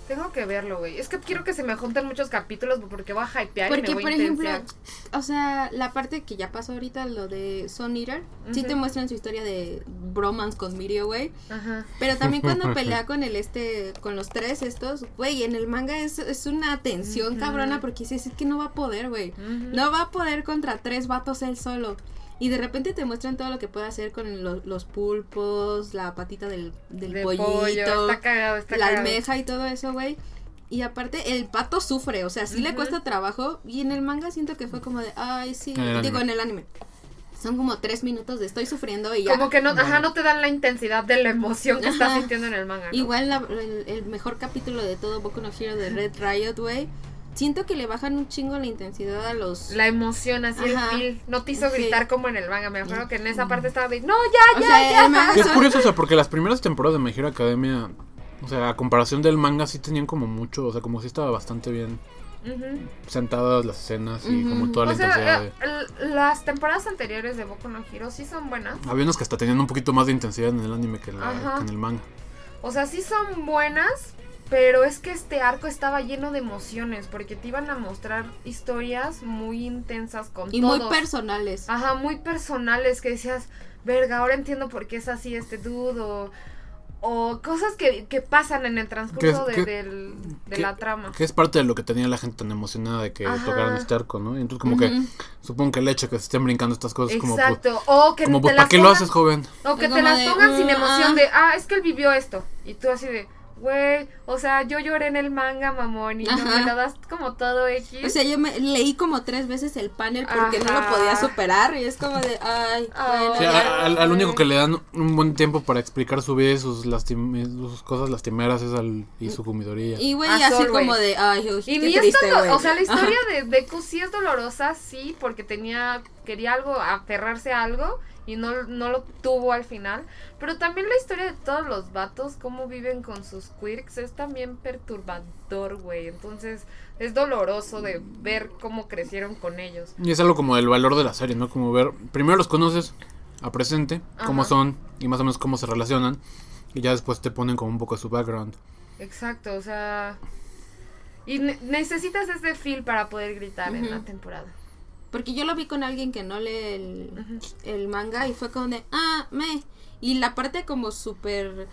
Tengo que verlo, güey. Es que quiero que se me junten muchos capítulos porque voy a hypear y me Porque, voy por a ejemplo, intensiar. o sea, la parte que ya pasó ahorita, lo de Son Eater, sí te Ujú. muestran su historia de bromance con Mirio, güey. Ajá. Pero también cuando pelea con el este, con los tres estos, güey, en el manga es, es una tensión Ujú. cabrona porque dice es que no va a poder, güey. No va a poder contra tres vatos él solo. Y de repente te muestran todo lo que puede hacer con lo- los pulpos, la patita del, del De pollito, pollo, está cagado, está la cagado. almeja y todo eso, güey. Y aparte, el pato sufre, o sea, sí le Ujú. cuesta trabajo. Y en el manga siento que fue como de, ay, sí. En el Digo, anime. en el anime. Son como tres minutos de estoy sufriendo y ya. Como que no, ajá, no te dan la intensidad de la emoción que estás Ajá. sintiendo en el manga. ¿no? Igual la- el, el mejor capítulo de todo Boku no Hero de Red Riot, güey. Siento que le bajan un chingo la intensidad a los... La emoción, así Ajá. el feel. No te hizo Sí. Mm. Ah, gritar como en el manga. Me acuerdo que en esa parte estaba de, no, ya, O ya, sea, ya. el manga Es son- curioso, o sea, porque las primeras temporadas de My Hero Academia, o sea, a comparación del manga, sí tenían como mucho, o sea, como sí estaba bastante bien Ujú. sentadas las escenas y Ujú. como toda la O sea, intensidad. de- eh, l- las temporadas anteriores de Boku no Hero sí son buenas. Había unos que hasta tenían un poquito más de intensidad en el anime que, la- Ajá. que en el manga. O sea, sí son buenas, pero es que este arco estaba lleno de emociones porque te iban a mostrar historias muy intensas con Y muy todos. personales. Ajá, muy personales que decías, verga, ahora entiendo por qué es así este dude o, o cosas que, que pasan en el transcurso Que- de, que- del- de que- la trama. Que es parte de lo que tenía la gente tan emocionada de que Ajá. tocaran este arco, ¿no? Y entonces como que, Ujú. supongo que el hecho de que se estén brincando estas cosas es como... pues, Exacto. O que Como, te pues, las ¿para qué lo pongan- haces, joven? O que te Es como las de, pongan sin "Mm, emoción ah". de, ah, es que él vivió esto. Y tú así de, güey, o sea, yo lloré en el manga, mamón, y no Ajá. Pues me lo das como todo X. O sea, yo me leí como tres veces el panel porque no Ajá. lo podía superar. Y es como de, ay, Ah. bueno, Sí, a- ya. a- al, al único que le dan un buen tiempo para explicar su vida y sus, lastime- sus cosas lastimeras es al y su comidoría. Y güey, A así Sol, como güey. de, ay, uy, y qué ni es triste, tanto- güey. o sea, la historia de Deku sí es dolorosa, sí, porque tenía, quería algo, aferrarse a algo y no, no lo tuvo al final. Pero también la historia de todos los vatos, cómo viven con sus quirks, es también perturbador, güey. Entonces, es doloroso de ver cómo crecieron con ellos. Y es algo como el valor de la serie, ¿no? Como ver, primero los conoces a presente, cómo Ajá. son y más o menos cómo se relacionan. Y ya después te ponen como un poco de su background. <laughs> Exacto, o sea. Y ne- necesitas ese feel para poder gritar en la Ujú. temporada. Porque yo lo vi con alguien que no lee el, el manga y fue como de, ah, me. Y la parte como súper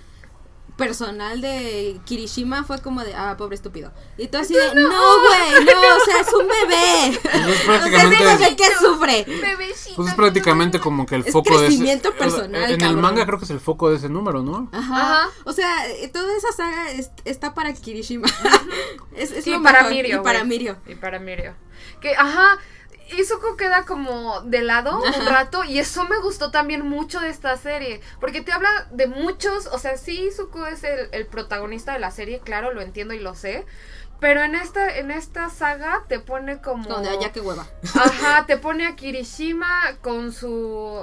personal de Kirishima fue como de, ah, pobre estúpido. Y tú así de, no, güey, no, o sea, es <laughs> un bebé. Pues es O sea, es un bebé prácticamente, que sufre. Bebecita. pues es <laughs> prácticamente como que el Es foco de ese, crecimiento personal, En el cabrón. manga creo que es el foco de ese número, ¿no? Ajá. Ajá. O sea, eh, toda esa saga es- está para Kirishima. <laughs> es es Sí, lo para mejor. Mirio, Y para güey. Mirio. Y para Mirio. Que, ajá. Izuku queda como de lado un rato y eso me gustó también mucho de esta serie. Porque te habla de muchos. O sea, sí, Izuku es el, el protagonista de la serie, claro, lo entiendo y lo sé. Pero en esta, en esta saga te pone como. Como de, "Ah, ya que hueva. Ajá, te pone a Kirishima con su...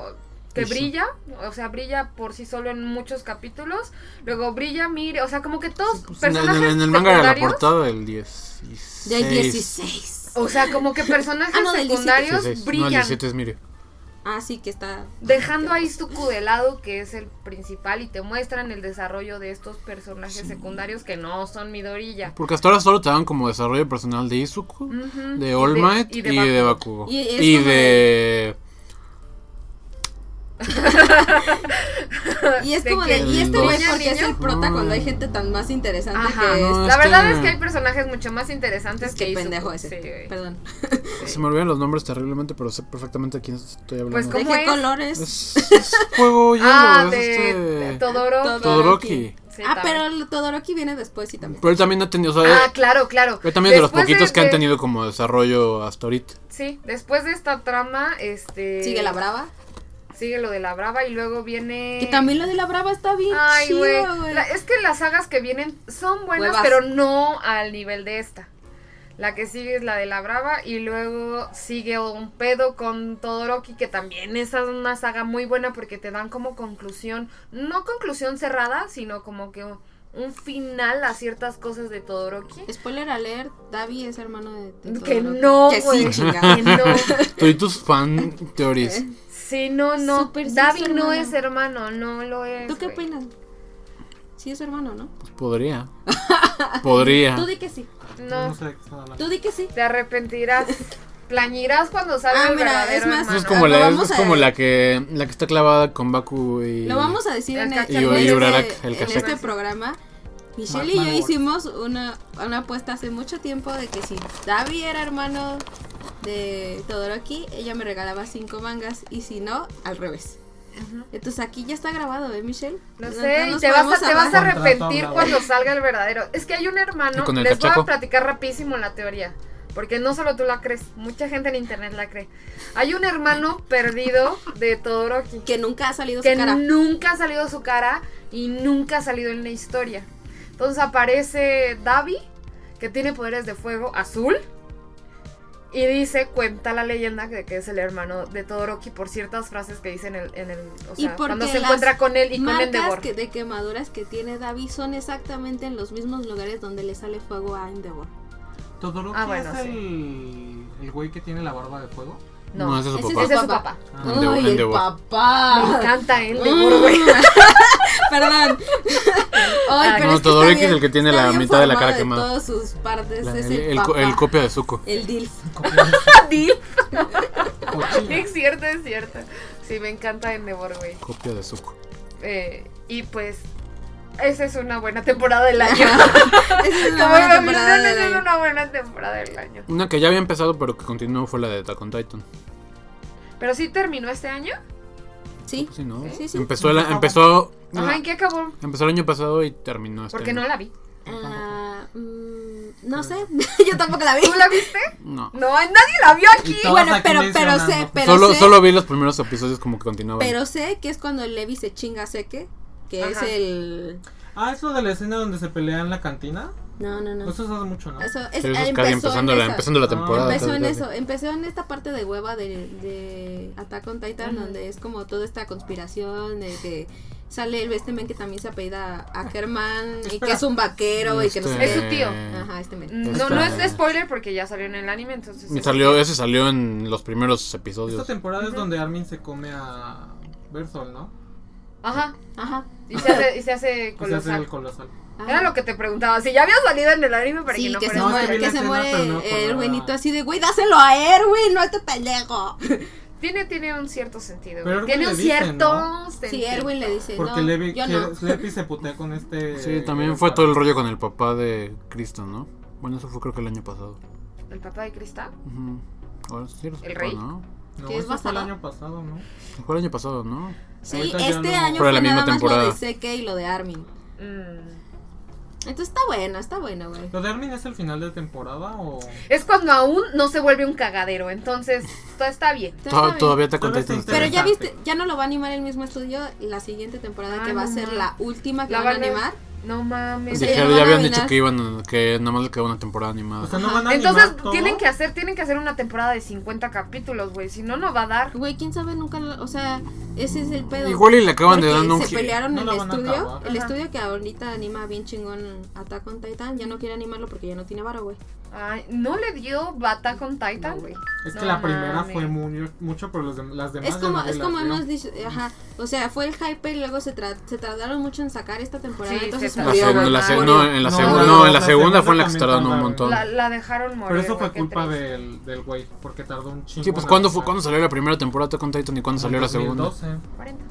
que Eso. brilla, o sea, brilla por sí solo en muchos capítulos. Luego brilla, mire, o sea, como que todos Pues en, personajes en- en el manga era la secundarios, portada del 16. Del 16. o sea, como <laughs> que personajes Ah, no, del 17. secundarios 16, No, el brillan, 17 es Mirio. Ah, sí, que está. dejando a Izuku de lado, que es el principal, y te muestran el desarrollo de estos personajes secundarios que no son Midorilla. Porque hasta ahora solo te dan como desarrollo personal de Izuku, Mm, Ujú, y de All Might y de, Bakugo. Bakugo. Y es Y como de... Y es ¿De como qué? de, ¿y este güey ¿Niña, por qué es niño? el prota Mm. cuando hay gente tan más interesante Ajá. que este. No, es? La Es verdad que- es que hay personajes mucho más interesantes Es que que Izuku. pendejo ese. Sí, güey. Perdón. Se me olvidan los nombres terriblemente, pero sé perfectamente de quién estoy hablando. Pues, ¿De ¿cómo qué es? colores? Es, es juego hielo, Ah, es de, de este... Todoroki. Todo- Todoroki. Sí, Ah, también. pero el Todoroki viene después y también. Pero él también ha tenido, o sea, Ah, claro, claro. él también es de los Después poquitos de- este que han de- tenido como desarrollo hasta ahorita. Sí, después de esta trama, este... Sigue la brava. Sigue lo de la brava y luego viene... Que también lo de la brava está bien Ay, chido, güey. güey. La- Es que las sagas que vienen son buenas, Huevas. pero no al nivel de esta. La que sigue es la de la brava y luego sigue un pedo con Todoroki, que también esa es una saga muy buena porque te dan como conclusión, no conclusión cerrada, sino como que un- un final a ciertas cosas de Todoroki. Spoiler alert, Davi es hermano de, de Que Todoroki. no, Que güey. sí, <laughs> chingada. Que no. <laughs> Tú y tus fan theories. Sí, no, no. Súper sí Davi es no hermano. es hermano, no lo es. ¿Tú qué güey. opinas? Sí, es su hermano, ¿no? Pues podría. Podría. <laughs> Tú di que sí. No, Ah, sé de qué están hablando. Tú di que sí. te arrepentirás. Plañirás cuando salga Ah, el mira, verdadero es más- Eso hermano. es como, la, Lo vamos es a- como la que la que está clavada con Baku y. Lo vamos a decir en, El este- Y- en y este- Urarak, el en Kazak. este programa. Michelle Ma- y yo Manowar. hicimos una, una apuesta hace mucho tiempo de que si Davi era hermano de Todoroki, ella me regalaba cinco mangas y si no, al revés. Ujú. Entonces aquí ya está grabado, ¿eh, Michelle? No No- sé, no y nos te vas, podemos a, te vas a amarrar. arrepentir Contratado. cuando salga el verdadero. Es que hay un hermano, ¿Y con el les voy cachaco? a platicar rapidísimo la teoría, porque no solo tú la crees, mucha gente en internet la cree. Hay un hermano perdido de Todoroki Que nunca ha salido que su cara. nunca ha salido su cara y nunca ha salido en la historia. Entonces aparece Davi, que tiene poderes de fuego azul, y dice, cuenta la leyenda de que es el hermano de Todoroki por ciertas frases que dice en el... en el- o Y sea, porque cuando se las encuentra con él y con Marcas Endeavor. que- de quemaduras que tiene Davi son exactamente en los mismos lugares donde le sale fuego a Endeavor. Todoroki Ah, bueno, es el, el güey que tiene la barba de fuego. No, No, ese es su ese papá. ese es su papá. Ah, Ende- ¡Ay, el Endeavor. papá! Me <laughs> encanta Mm. Endeavor, güey. Ah. <laughs> Perdón. Ay, No, pero es que Todoroki está es el que tiene está la bien mitad de la cara formado quemada. todas sus partes La- es el, el, el co- papá. el copia de Zuko. El <laughs> DILF. cochino. es cierto, es cierto. Sí, me encanta Endeavor, güey. Copia de Zuko. Eh, y pues, esa es una buena temporada del <laughs> año. Esa es Como una buena me temporada mencionan, de esa es David. una buena temporada del año. Una que ya había empezado, pero que continuó fue la de Attack on Titan. Pero sí terminó este año. Sí. Pues Sí, ¿no? Sí, sí. Empezó, la- empezó, Ajá, ¿en qué acabó? empezó el año pasado y terminó este. Porque no año. la vi. Ah, mm, no sé. <laughs> Yo tampoco la vi. ¿Tú la viste? No. No, nadie la vio aquí. Y todo- Bueno, aquí pero, pero mencionando. sé, pero solo, sé. solo vi los primeros episodios como que continuaban. Pero sé que es cuando Levi se chinga a Seque. Que es Ajá. el. Ah, es lo de la escena donde se pelea en la cantina. No, no, no. Eso se hace mucho, ¿no? Eso Sí, es, Pues eso es empezó casi en empezando la, esa. empezando la Ah. temporada. Empezó tal, en tal, eso, empezó en esta parte de hueva de, de Attack on Titan, Ajá. donde es como toda esta conspiración de que sale el este men que también se apellida Ackerman y que es un vaquero y que no sé Este, Es su qué. tío. Ajá, este men. No, no es spoiler porque ya salió en el anime, entonces. Y salió, ese salió en los primeros Esta episodios. temporada es Ujú. donde Armin se come a Bersol, ¿no? Ajá. Ajá. Y se hace, y se hace <laughs> Y se hace colosal. el colosal. ajá. Mm. Era lo que te preguntaba. Si ya había salido en el anime para sí, que no que se fuera No, es que muere, spoiler. que vi la se escena, muere pero no me el acordaba. güenito así de, güey, dáselo a Erwin, no a este pendejo. Tiene, tiene un cierto sentido. Pero güey. tiene Erwin un le dice, cierto ¿no? sentido. Sí, Erwin le dice, Porque Eh, no, Levi, yo quiere- no. Levi se putea con este. Sí, también fue todo el rollo con el papá de Kristen, ¿no? Bueno, eso fue creo que el año pasado. El papá de Cristal. Ujú. Ahora sí, era su ¿El papá, rey? ¿no? No, ¿Qué es eso fue el basado? año pasado, ¿no? Fue el año pasado, ¿no? Sí, Ahorita ya este no- año Pero fue la misma nada más lo temporada. de Seque y lo de Armin. Mm. Entonces está bueno, está bueno, güey. ¿Lo de Armin es el final de temporada o.? Es cuando aún no se vuelve un cagadero. Entonces, todo está bien. Entonces, To- está Todavía bien. te Todavía está contestan. Pero ya Interesante. viste, ya no lo va a animar el mismo estudio la siguiente temporada Ah, que va a no ser mames. la última que La van a van a- animar. No Pues mames. Sí. ya Dijeron, eh, no ya van a habían dicho arruinar. que iban, que nada más le quedaba una temporada animada. O sea, no van a Entonces animar todo? tienen que hacer, tienen que hacer una temporada de 50 capítulos, güey. Si no, no va a dar. Güey, quién sabe nunca, lo- o sea, ese es el pedo. Igual y le acaban de Porque dar un se gi- pelearon No la el van a estudio, acabar. el Ajá. estudio que ahorita anima bien chingón Attack on Titan, ya no quiere animarlo porque ya no tiene varo, güey. Ay, no le dio bata con Titan, güey. Es que No la primera mames. fue muy, mucho, pero los dem- las demás. Es ya como, nadie es las como vio. hemos dicho, ajá, o sea, fue el hype y luego se, tra- se tardaron mucho en sacar esta temporada, Sí, entonces se La murió, se- güey. la se- Murió. no, eh. en la No, segunda, no, no, en la la segunda fue en segunda la que se tardaron un también montón. La, la dejaron morir. Pero eso güey, fue qué culpa triste. del del güey, porque tardó un chingo. Sí, pues en ¿cuándo, fue, ¿cuándo avanzar. salió la primera temporada con Titan y cuándo salió la segunda? 2012. 40.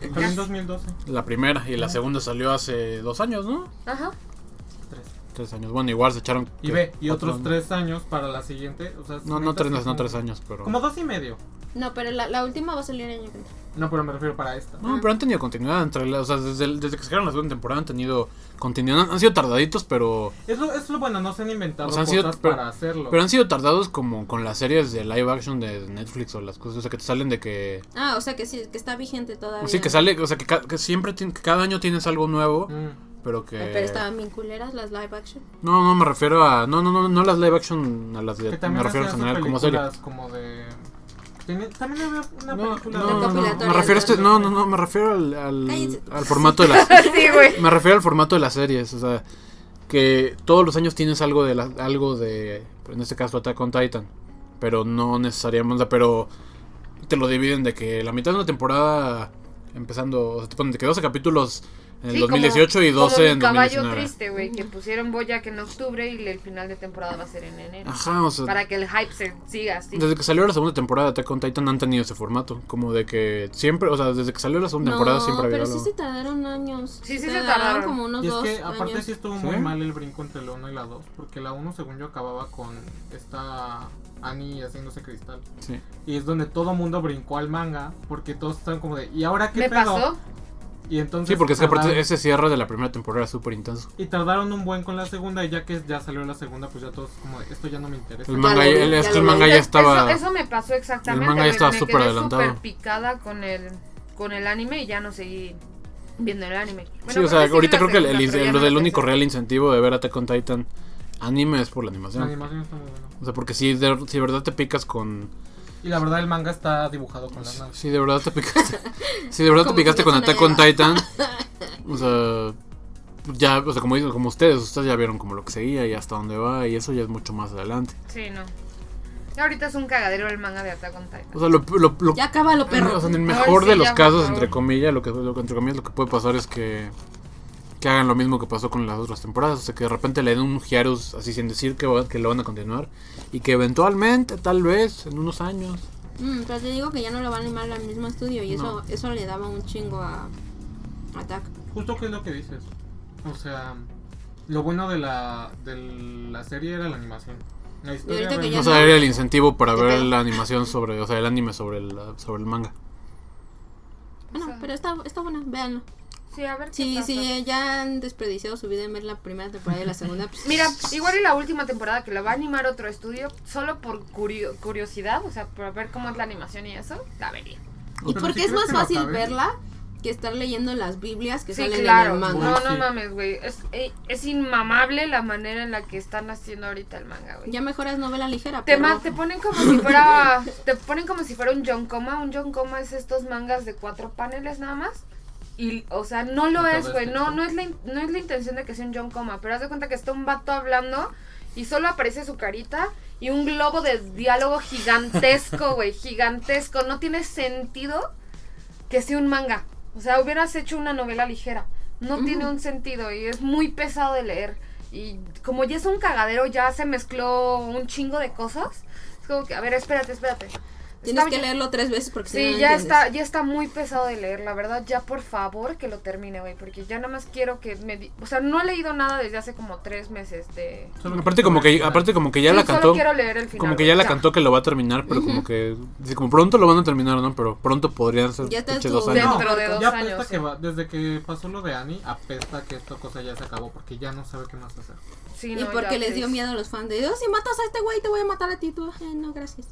Salió en 2012. La primera y la segunda salió hace dos años, ¿no? Ajá. <laughs> Tres. Tres años. Bueno, igual se echaron. Y ¿qué? ve, y Cuatro otros años. tres años para la siguiente. O sea, No, no neta, tres, sí no como- tres años, pero. Como dos y medio. No, pero la, la última va a salir el año que entra. No, pero me refiero para esta. No, pero han tenido continuidad entre la- o sea, desde, el- desde que sacaron la segunda temporada han tenido continuidad. Han sido tardaditos, pero Es lo, es lo bueno, no se han inventado O sea, han cosas sido- pero- para hacerlo. pero han sido tardados como con las series de live action de Netflix o las cosas, o sea, que te salen de que Ah, o sea que sí, que está vigente todavía. sí que sale, o sea, que, ca- que siempre tien- que cada año tienes algo nuevo, Mm. pero que Pero estaban bien culeras las live action. No, no me refiero a no, no, no, no las live action, a las de Que me también refiero en hacían sus general como serie. películas como de... Tiene- También había una No, no, película... no, no, Recopilatoria me refiero a este, de- no, no, no, me refiero al, al, Cállense. al formato de las sí, güey. Me refiero al formato de las series, o sea, que todos los años tienes algo de la- algo de en este caso Attack on Titan, pero no necesariamente, o sea, pero te lo dividen de que la mitad de una temporada empezando, o sea, te ponen de que 12 capítulos En el Sí, como- 2018 y 12 como mi en caballo 2019. triste, güey, que pusieron Boyac en octubre y el final de temporada va a ser en enero. Ajá, o sea, Para que el hype se siga así. desde que salió la segunda temporada de Attack on Titan han tenido ese formato. Como de que siempre, o sea, desde que salió la segunda temporada siempre había pero sí algo. se tardaron años. Sí, sí se tardaron. tardaron. como unos Y es dos que aparte años. sí estuvo ¿Sí? muy mal el brinco entre la 1 y la 2, porque la 1 según yo acababa con esta Annie haciéndose cristal. Sí. Y es donde todo mundo brincó al manga, porque todos estaban como de, ¿y ahora qué ¿Me pedo?". pasó? Y entonces Sí, porque es que aparte tardaron- ese cierre de la primera temporada es súper intenso. Y tardaron un buen con la segunda, y ya que ya salió la segunda, pues ya todos como de, esto ya no me interesa. El manga, lo vi, ya- el- ya es que lo el vi. manga Ah, ya Eso- estaba... Eso, eso me pasó exactamente. manga ya me- estaba me súper quedé adelantado. súper picada con el, con el anime y ya no seguí viendo el anime. Bueno, sí, o creo sea, que vi ahorita la creo que el, segunda, el- pero ya el- no la el único tercera. real incentivo de ver Attack on Titan anime es por la La animación. animación está muy buena. O sea, porque si de, si de verdad te picas con... Y la verdad el manga está dibujado con las manos. Si de verdad te picaste... si de verdad te Como picaste si con no se Attack on <laughs> Titan... O sea... Ya, o sea, como dicen, como ustedes, ustedes ya vieron como lo que seguía y hasta dónde va y eso ya es mucho más adelante. Sí, no. Y ahorita es un cagadero el manga de Attack on Titan. O sea, lo, lo- lo- Ya acábalo, perro. o sea, en el Ay, mejor sí, de los ya, por casos, favor. entre comillas, lo que, lo que- entre comillas, lo que puede pasar es que, que hagan lo mismo que pasó con las otras temporadas. O sea, que de repente le den un Hiarus así sin decir que, va- que lo van a continuar. Y que eventualmente, tal vez, en unos años. Mm, pero te digo que ya no lo va a animar al mismo estudio y eso, eso le daba un chingo a Attack. Justo que es lo que dices. O sea, lo bueno de la, de la serie era la animación. La historia ahorita que realmente- Ya o sea, no. era el incentivo para Qué ver pedo. la animación sobre, o sea, el anime sobre el, sobre el manga. Bueno, O sea. pero está, está buena, véanlo. Sí, a ver. qué Si pasa. sí, eh. ya han desperdiciado su vida en ver la primera temporada y <laughs> la segunda, pues, Mira, igual y la última temporada que la va a animar otro estudio, solo por curio- curiosidad, o sea, por ver cómo es la animación y eso, la vería. ¿Y Pero por si qué es crees más que lo fácil acabes. verla que estar leyendo las Biblias que Sí, salen claro. en el manga? No, Sí. no mames, güey. Es, eh, es inmamable la manera en la que están haciendo ahorita el manga, güey. Ya mejoras novela ligera, Te, Ah, pues, pero ma- te ponen como si fuera te ponen como si fuera un yonkoma, un yonkoma es estos mangas de cuatro paneles nada más. Y o sea, no lo Todo es, güey, es no texto. no es la in- no es la intención de que sea un yonkoma, pero haz de cuenta que está un vato hablando y solo aparece su carita y un globo de diálogo gigantesco, güey, gigantesco, no tiene sentido que sea un manga. O sea, hubieras hecho una novela ligera. No tiene un sentido y es muy pesado de leer. Y como ya es un cagadero, ya se mezcló un chingo de cosas. Es como que, a ver, espérate, espérate. tienes Está que ya- leerlo tres veces porque si no, Sí, no ya entiendes. está, ya está muy pesado de leer, la verdad, ya por favor que lo termine, güey, porque ya nada más quiero que me... di- O sea, no he leído nada desde hace como tres meses de... Solo Aparte como que, aparte como que ya Sí, la Solo cantó. quiero leer el final. Como que güey, ya la cantó que lo va a terminar, pero como que... dice, Como pronto lo van a terminar, ¿no? Pero pronto podrían ser Ya está pinche tu- dos años. No, Dentro de dos ya apesta años, que sí. va- desde que pasó lo de Annie, apesta que esta cosa ya se acabó porque ya no sabe qué más hacer. Sí, Y no, porque ya, les dio sí. miedo a los fans de, oh, si matas a este güey te voy a matar a ti, tú, "Ay, no, gracias.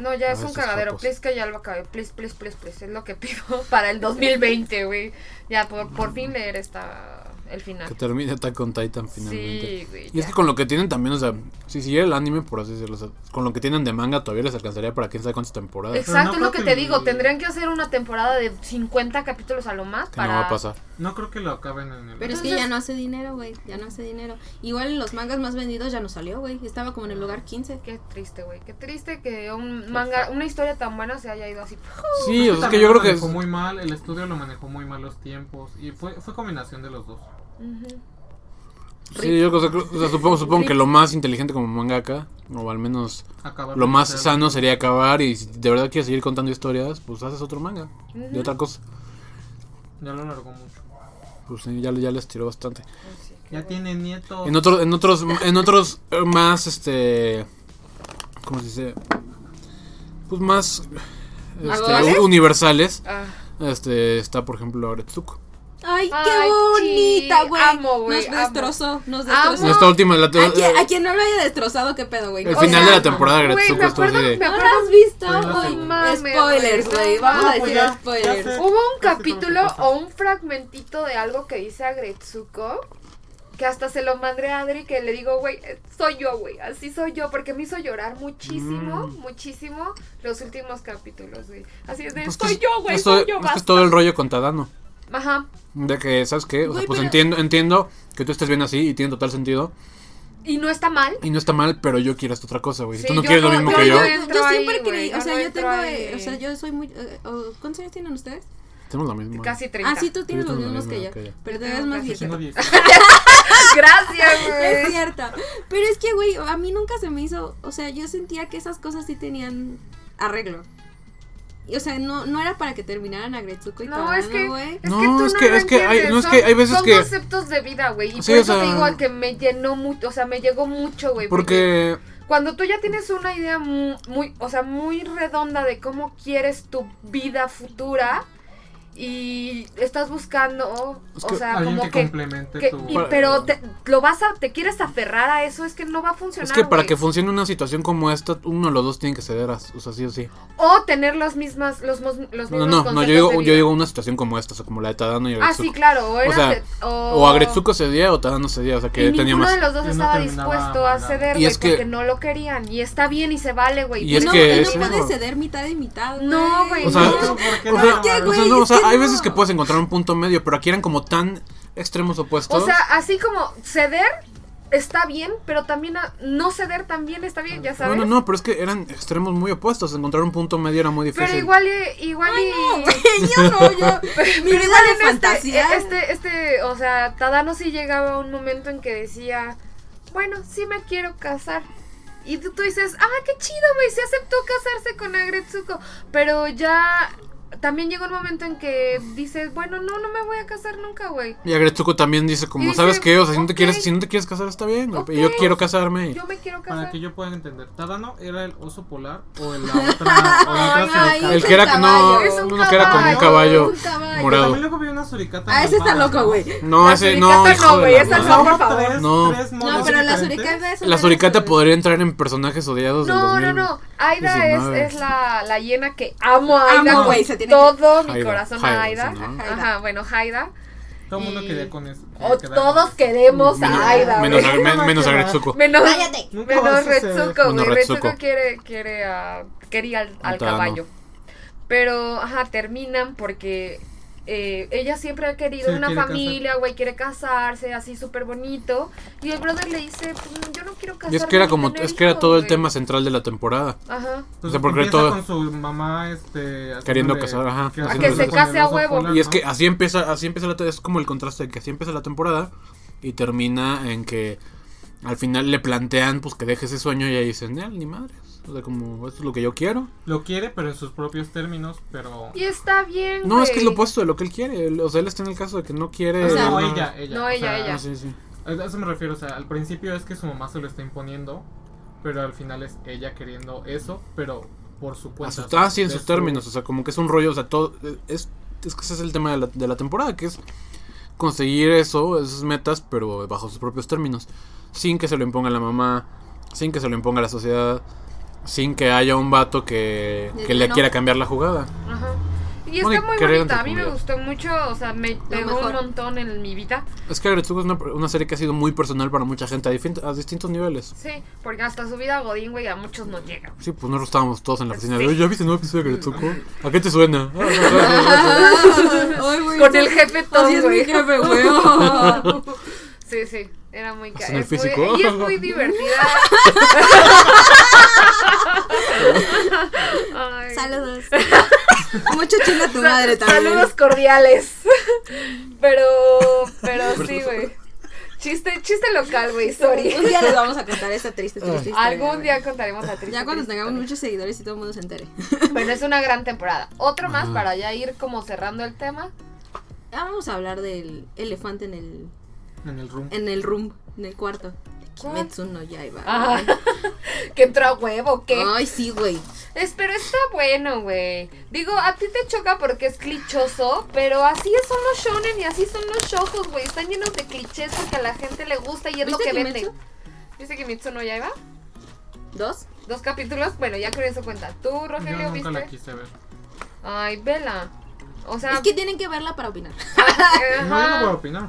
No, ya A es un veces cagadero. fotos. Please que ya lo acabe. Please, please, please, please. Es lo que pido <laughs> para el 2020, güey. Ya, por, por fin leer esta, el final. Que termine Attack on Titan finalmente. Sí, güey. Y es ya. que con lo que tienen también, o sea, si siguiera el anime, por así decirlo, o sea, con lo que tienen de manga todavía les alcanzaría para quién sabe cuántas temporadas. Ex- Exacto, Pero no es lo que te creo que- digo. Tendrían que hacer una temporada de 50 capítulos a lo más Que para. no va a pasar. No creo que lo acaben en el. Pero es que Entonces- ya no hace dinero, güey, ya no hace dinero. Igual en los mangas más vendidos ya no salió, güey, estaba como en el lugar 15. Qué triste, güey. Qué triste que un manga, una historia tan buena se haya ido así. Sí, o sea, es que También yo lo creo que es- manejó muy mal, el estudio lo manejó muy mal los tiempos y fue fue combinación de los dos. Ujú. sí, yo creo- o sea, creo- o sea, supongo, supongo que lo más inteligente como mangaka, o al menos Acabar lo de más hacer- sano sería acabar y si de verdad quieres seguir contando historias, pues haces otro manga de Ujú. otra cosa. Ya lo largó mucho. Pues sí, ya, ya les tiró bastante. Sí, qué Ya bueno. tiene nietos. En otros, en otros, en otros eh, más, este, ¿cómo se dice? Pues más, este, ¿Actuales? universales. Ah, Este, está por ejemplo Agretsuko. Ay, qué Ay, bonita, sí, güey. amo, güey, Nos amo. destrozó, nos Amo. destrozó. En esta última, la, A quien, a quien no lo haya destrozado, qué pedo, güey. el O final sea, de la temporada de güey, Agretsuko me estuvo así acuerdo, de. me ¿No lo acuerdo. Ah, has visto? Estoy en la Ay, segunda. spoilers, güey. Vamos No, a pues decir ya, ya spoilers. sé. Hubo un Casi todo lo que capítulo pasa. o un fragmentito de algo que dice Agretsuko que hasta se lo mandé a Adri que le digo, güey, eh, soy yo, güey, así soy yo, porque me hizo llorar muchísimo, Mm. muchísimo los últimos capítulos, güey. Así es de, Pues que soy es- yo, güey, es todo- soy yo, Es que basta. es todo el rollo con Tadano. Ajá. De que, ¿sabes qué? O sea, Güey, pues pero- entiendo, entiendo que tú estés bien así y tiene total sentido. Y no está mal. Y no está mal, pero yo quiero esto otra cosa, güey. Si Sí, tú no yo quieres lo no- mismo yo- que yo. yo- entro Yo siempre ahí, güey, creí, yo o sea, no yo entro tengo, ahí. eh, o sea, yo soy muy... eh, oh, ¿Cuántos años tienen ustedes? Tenemos la misma. Casi 30. Ah, sí, tú tienes Yo los tengo la mismos que yo. misma, ok. Pero tú Yo eres tengo más casi Yo viejito. tengo 10. ¡Ah, Gracias, <laughs> Es güey. cierto. Pero es que, güey, a mí nunca se me hizo. O sea, yo sentía que esas cosas sí tenían arreglo. Y, o sea, no, no era para que terminaran a Gretsuko y No, Torano, es que- güey. Es No, que tú es no que- lo es que hay- entiendes, no, es son- que hay veces son que- conceptos de vida, güey. Y Sí, por o eso te sea- digo que me llenó mucho, o sea, me llegó mucho, güey. Porque cuando tú ya tienes una idea mu- muy, o sea, muy redonda de cómo quieres tu vida futura y estás buscando, Es o que sea, Alguien como que, que, complemente que- tu. y- pero te, lo vas a, te quieres aferrar a eso, es que no va a funcionar. es que para güey. que funcione una situación como esta, uno de los dos tiene que ceder, a- o sea, sí o sí. o tener las mismas, los, mos- los No, mismos no, no, conceptos yo digo, de yo vida. digo una situación como esta, o sea, como la de Tadano y Ah, Agretsuko. sí, claro. O, era sea, de- O Agretsuko cedía o Tadano cedía, o sea, que y tenía ninguno más. de los dos Yo no estaba terminaba dispuesto a amargado. ceder, Y güey, es que- porque no lo querían. Y está bien y se vale, güey. Pues Y es no, que y ese- no puedes ceder mitad y mitad. No, güey, O sea, no. ¿Por qué O no? sea, qué, o sea, güey? no, o Es sea, que hay no. veces que puedes encontrar un punto medio, pero aquí eran como tan extremos opuestos. O sea, así como ceder está bien, pero también a- no ceder también está bien, ya no, sabes. no, no, pero es que eran extremos muy opuestos. Encontrar un punto medio era muy difícil. Pero igual, y- igual y... yo <laughs> no, yo. Mi <laughs> pero igual vida de en este, fantasía. este, este, o sea, Tadano sí llegaba a un momento en que decía, bueno, sí me quiero casar. Y tú, tú dices, ah, qué chido, güey, se aceptó casarse con Agretsuko. Pero ya también llegó un momento en que dices, bueno, no, no me voy a casar nunca, güey. Y Agretsuko también dice como, Y dice, ¿sabes qué? O sea, si no, te "Ok, quieres, si no te quieres casar está bien. güey, Y yo ok, quiero casarme. Yo me quiero Para casar. que yo pueda entender, ¿Tadano era el oso polar o el la otra? o la otra Ay, suricata? El que era, no, Es un no, que era como un caballo. caballo. Un caballo. Pero morado. También luego vi una suricata. Ah, ese está malvada, loco, güey. No, La ese, suricata no, no, hijo de güey, la esa madre. no, por favor. Tres, No. tres monos No, pero la diferentes. suricata es. La suricata podría entrar en personajes odiados del No, no, 2000. no. Aida es, 19. es la, la hiena que amo a Aida Amo, con güey, se tiene todo mi Haida, corazón Haida, a Aida. sí, ¿no? Ajá, bueno, Haida. Todo el mundo Y- quería con eso. quería O quedar todos con eso. queremos Menos- a Aida. güey. Menos, güey. men- menos Agretsuko. Menos, Cállate. Nunca vas a menos ser- Retsuko, Menos güey. Retsuko Retsuko. quiere, quiere a, quería al, al Al Tadano. caballo. Pero, ajá, terminan porque eh, ella siempre ha querido Sí, una quiere familia, güey, quiere casarse, así súper bonito. Y el brother le dice, pues, yo no quiero casarme. Y es que era ni como, tener es que era hijos, todo el güey". tema central de la temporada. Ajá. Entonces, O sea, porque empieza todo- con su mamá, este. Queriendo haciéndole- casar, ajá. haciéndole A que se con case el a oso huevo. polar, Y es ¿no? que así empieza, así empieza la es como el contraste de que así empieza la temporada y termina en que al final le plantean pues que deje ese sueño y ahí dicen, "Nel, ni madres. O sea, como esto es lo que yo quiero. Lo quiere, pero en sus propios términos, pero. Y está bien, No, es que es lo güey. opuesto de lo que él quiere. Él- o sea, él está en el caso de que no quiere. O sea, no, no, no, ella, ella. No, o ella, sea, ella. Ah, sí, sí. A eso me refiero, o sea, al principio es que su mamá se lo está imponiendo, pero al final es ella queriendo eso, pero por su A cuenta. sus- ah, sí, en de sus su- términos. O sea, como que es un rollo. O sea, todo. Es, es que ese es el tema de la, de la temporada, que es conseguir eso, esas metas, pero bajo sus propios términos. Sin que se lo imponga la mamá, sin que se lo imponga la sociedad, sin que haya un vato que, Diga que le no. quiera cambiar la jugada. Ajá. Y Bueno, está y muy querer bonita, a mí me entender. gustó mucho, o sea, me pegó un mejor. montón en mi vida. Es que Agretsuko es una, una serie que ha sido muy personal para mucha gente, a, difin- a distintos niveles. Sí, porque hasta su vida Godín, güey, a muchos nos llega. Sí, pues nosotros estábamos todos en la oficina. Sí. de, "Oye, ¿Ya viste el nuevo episodio de Agretsuko? ¿A qué te suena? Ah, <laughs> Ay, güey, Con el jefe todo, Así es mi güey. jefe, <laughs> güey. Sí, sí, era muy ca- Hacen el es muy- físico. Y es muy divertida. <laughs> Ay. <laughs> Saludos. Mucho chinga tu madre también. Saludos cordiales. <laughs> Pero, pero sí, güey. Chiste, chiste local, güey, sorry. Un <laughs> día les vamos a contar esta triste, triste historia. Algún día güey. contaremos la triste. Ya cuando triste tengamos historia. muchos seguidores y todo el mundo se entere. <laughs> Bueno, es una gran temporada. Otro más Ajá. para ya ir como cerrando el tema. Ah, vamos a hablar del elefante en el, En el room. en el room, en el cuarto. ¿Cuál? Ah, Kimetsu no Yaiba. Ajá. que entró a huevo, que. Ay, sí, güey. Es, pero está bueno, güey. Digo, a ti te choca porque es clichoso, pero así son los shonen y así son los shojos, güey. Están llenos de clichés porque a la gente le gusta y es lo ¿Viste que vende. Kimetsu? ¿Viste que Mitsu no ya iba? ¿Dos? Dos capítulos, bueno, ya con eso cuenta. ¿Tú, Yo Rogelio, nunca viste? la quise ver. Ay, vela. O sea, Es que tienen que verla para opinar. ajá. No, yo no voy a opinar.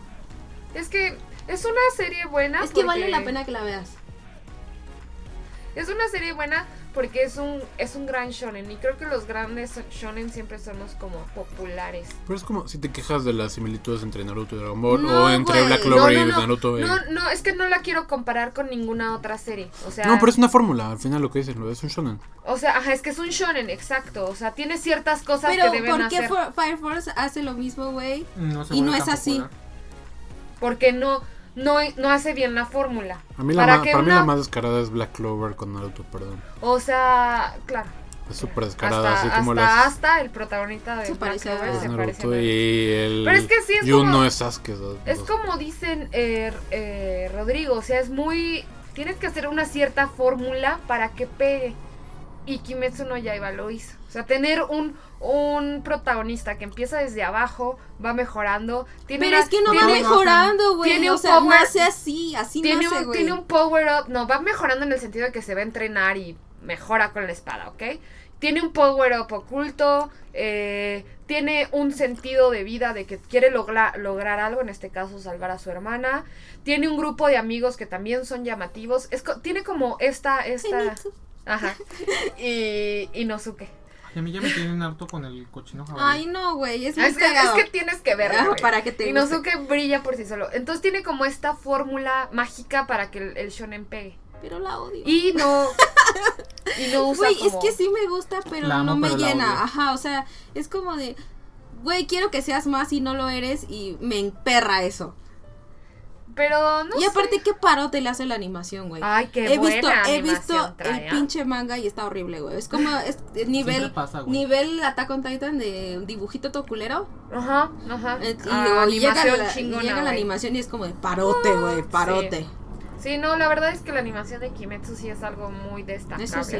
es que es una serie buena. es que porque- vale la pena que la veas. Es una serie buena porque es un, es un gran shonen. Y creo que los grandes shonen siempre son los como populares. Pero es como si te quejas de las similitudes entre Naruto y Dragon Ball No, o entre güey. Black No, Clover no, y no. Naruto. eh. No, No, no, es que no la quiero comparar con ninguna otra serie. O sea, pero es una fórmula, al final lo que dices, lo es un shonen. o sea ajá, es que es un shonen, exacto. O sea, tiene ciertas cosas Pero que deben ¿por qué hacer. For- Fire Force hace lo mismo, güey? No se Y no vuelve es tan así. popular. Porque no, no, no hace bien la fórmula. A mí la, ma- que para mí la una- más descarada es Black Clover con Naruto, perdón. O sea, claro. Es súper descarada, Hasta, así como hasta, las... hasta el protagonista de Se Black parece a- Clover las se parece Naruto a- y el... Pero es que sí, es Yuno como- es Sasuke. dos- Es dos- como dicen eh, eh, Rodrigo, o sea, es muy... Tienes que hacer una cierta fórmula para que pegue. Y Kimetsu no Yaiba lo hizo. O sea, tener un, un protagonista que empieza desde abajo, va mejorando. Tiene Pero una- es que no va tiene, mejorando, güey. tiene O un sea, power- nace así, así tiene nace, un, güey. tiene un power-up. No, va mejorando en el sentido de que se va a entrenar y mejora con la espada, ¿ok? Tiene un power-up oculto, eh, tiene un sentido de vida de que quiere logra- lograr algo, en este caso salvar a su hermana. Tiene un grupo de amigos que también son llamativos. Es co- tiene como esta... esta Zenitsu. ajá. Y, y Nosuke. Y a mí ya me tienen harto con el cochino jabalí. Ay, no, güey. Es muy Es, que- es pegado. que tienes que verlo. Ah, güey. para que te Y guste. Nosuke brilla por sí solo. Entonces tiene como esta fórmula mágica para que el, el shonen pegue. Pero la odio. Y no. y no usa. Güey, es como- que sí me gusta, pero La amo, no me pero la odio. llena. Ajá, o sea, es como de, güey, quiero que seas más y no lo eres y me emperra eso. Pero no y sé. aparte, ¿qué parote le hace la animación, güey? Ay, qué he buena visto, he animación visto trae, el ¿ah? pinche manga y está horrible, güey. Es como <laughs> es es nivel, Siempre pasa, güey. nivel Attack on Titan de dibujito todo culero. Ajá, ajá. Eh, Y, Ah, o llega, animación la, chingona, llega la güey. Ah, animación y es como de parote, güey, parote. Sí, no, la verdad es que la animación de Kimetsu sí es algo muy destacable. Eso sí.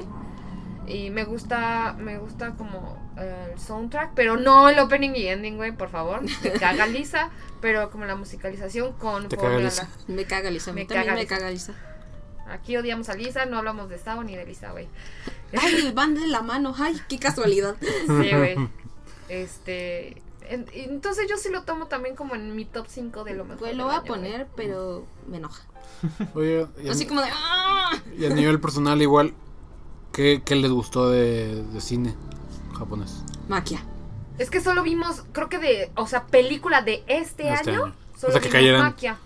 Y me gusta, me gusta como eh, el soundtrack, pero no el opening y ending, güey, por favor. <laughs> Me caga Lisa, pero como la musicalización con Te con caga la- Lisa. Me caga Lisa, a mí Me también caga me Lisa. caga Lisa. Aquí odiamos a Lisa, no hablamos de Sao ni de Lisa, güey. Ay, van de la mano, ay, <laughs> qué casualidad. Sí, güey. <laughs> Este. en- entonces yo sí lo tomo también como en mi top 5 de lo mejor. Pues del lo voy a año, güey. poner, pero me enoja. Oye, y a- Así como de. "Ah". y a nivel personal igual, ¿qué, qué les gustó de, de cine japonés? Maquia. Es que solo vimos, creo que de, o sea, película de este, Este año. año. Solo O sea, que vimos cayeran. Maquia.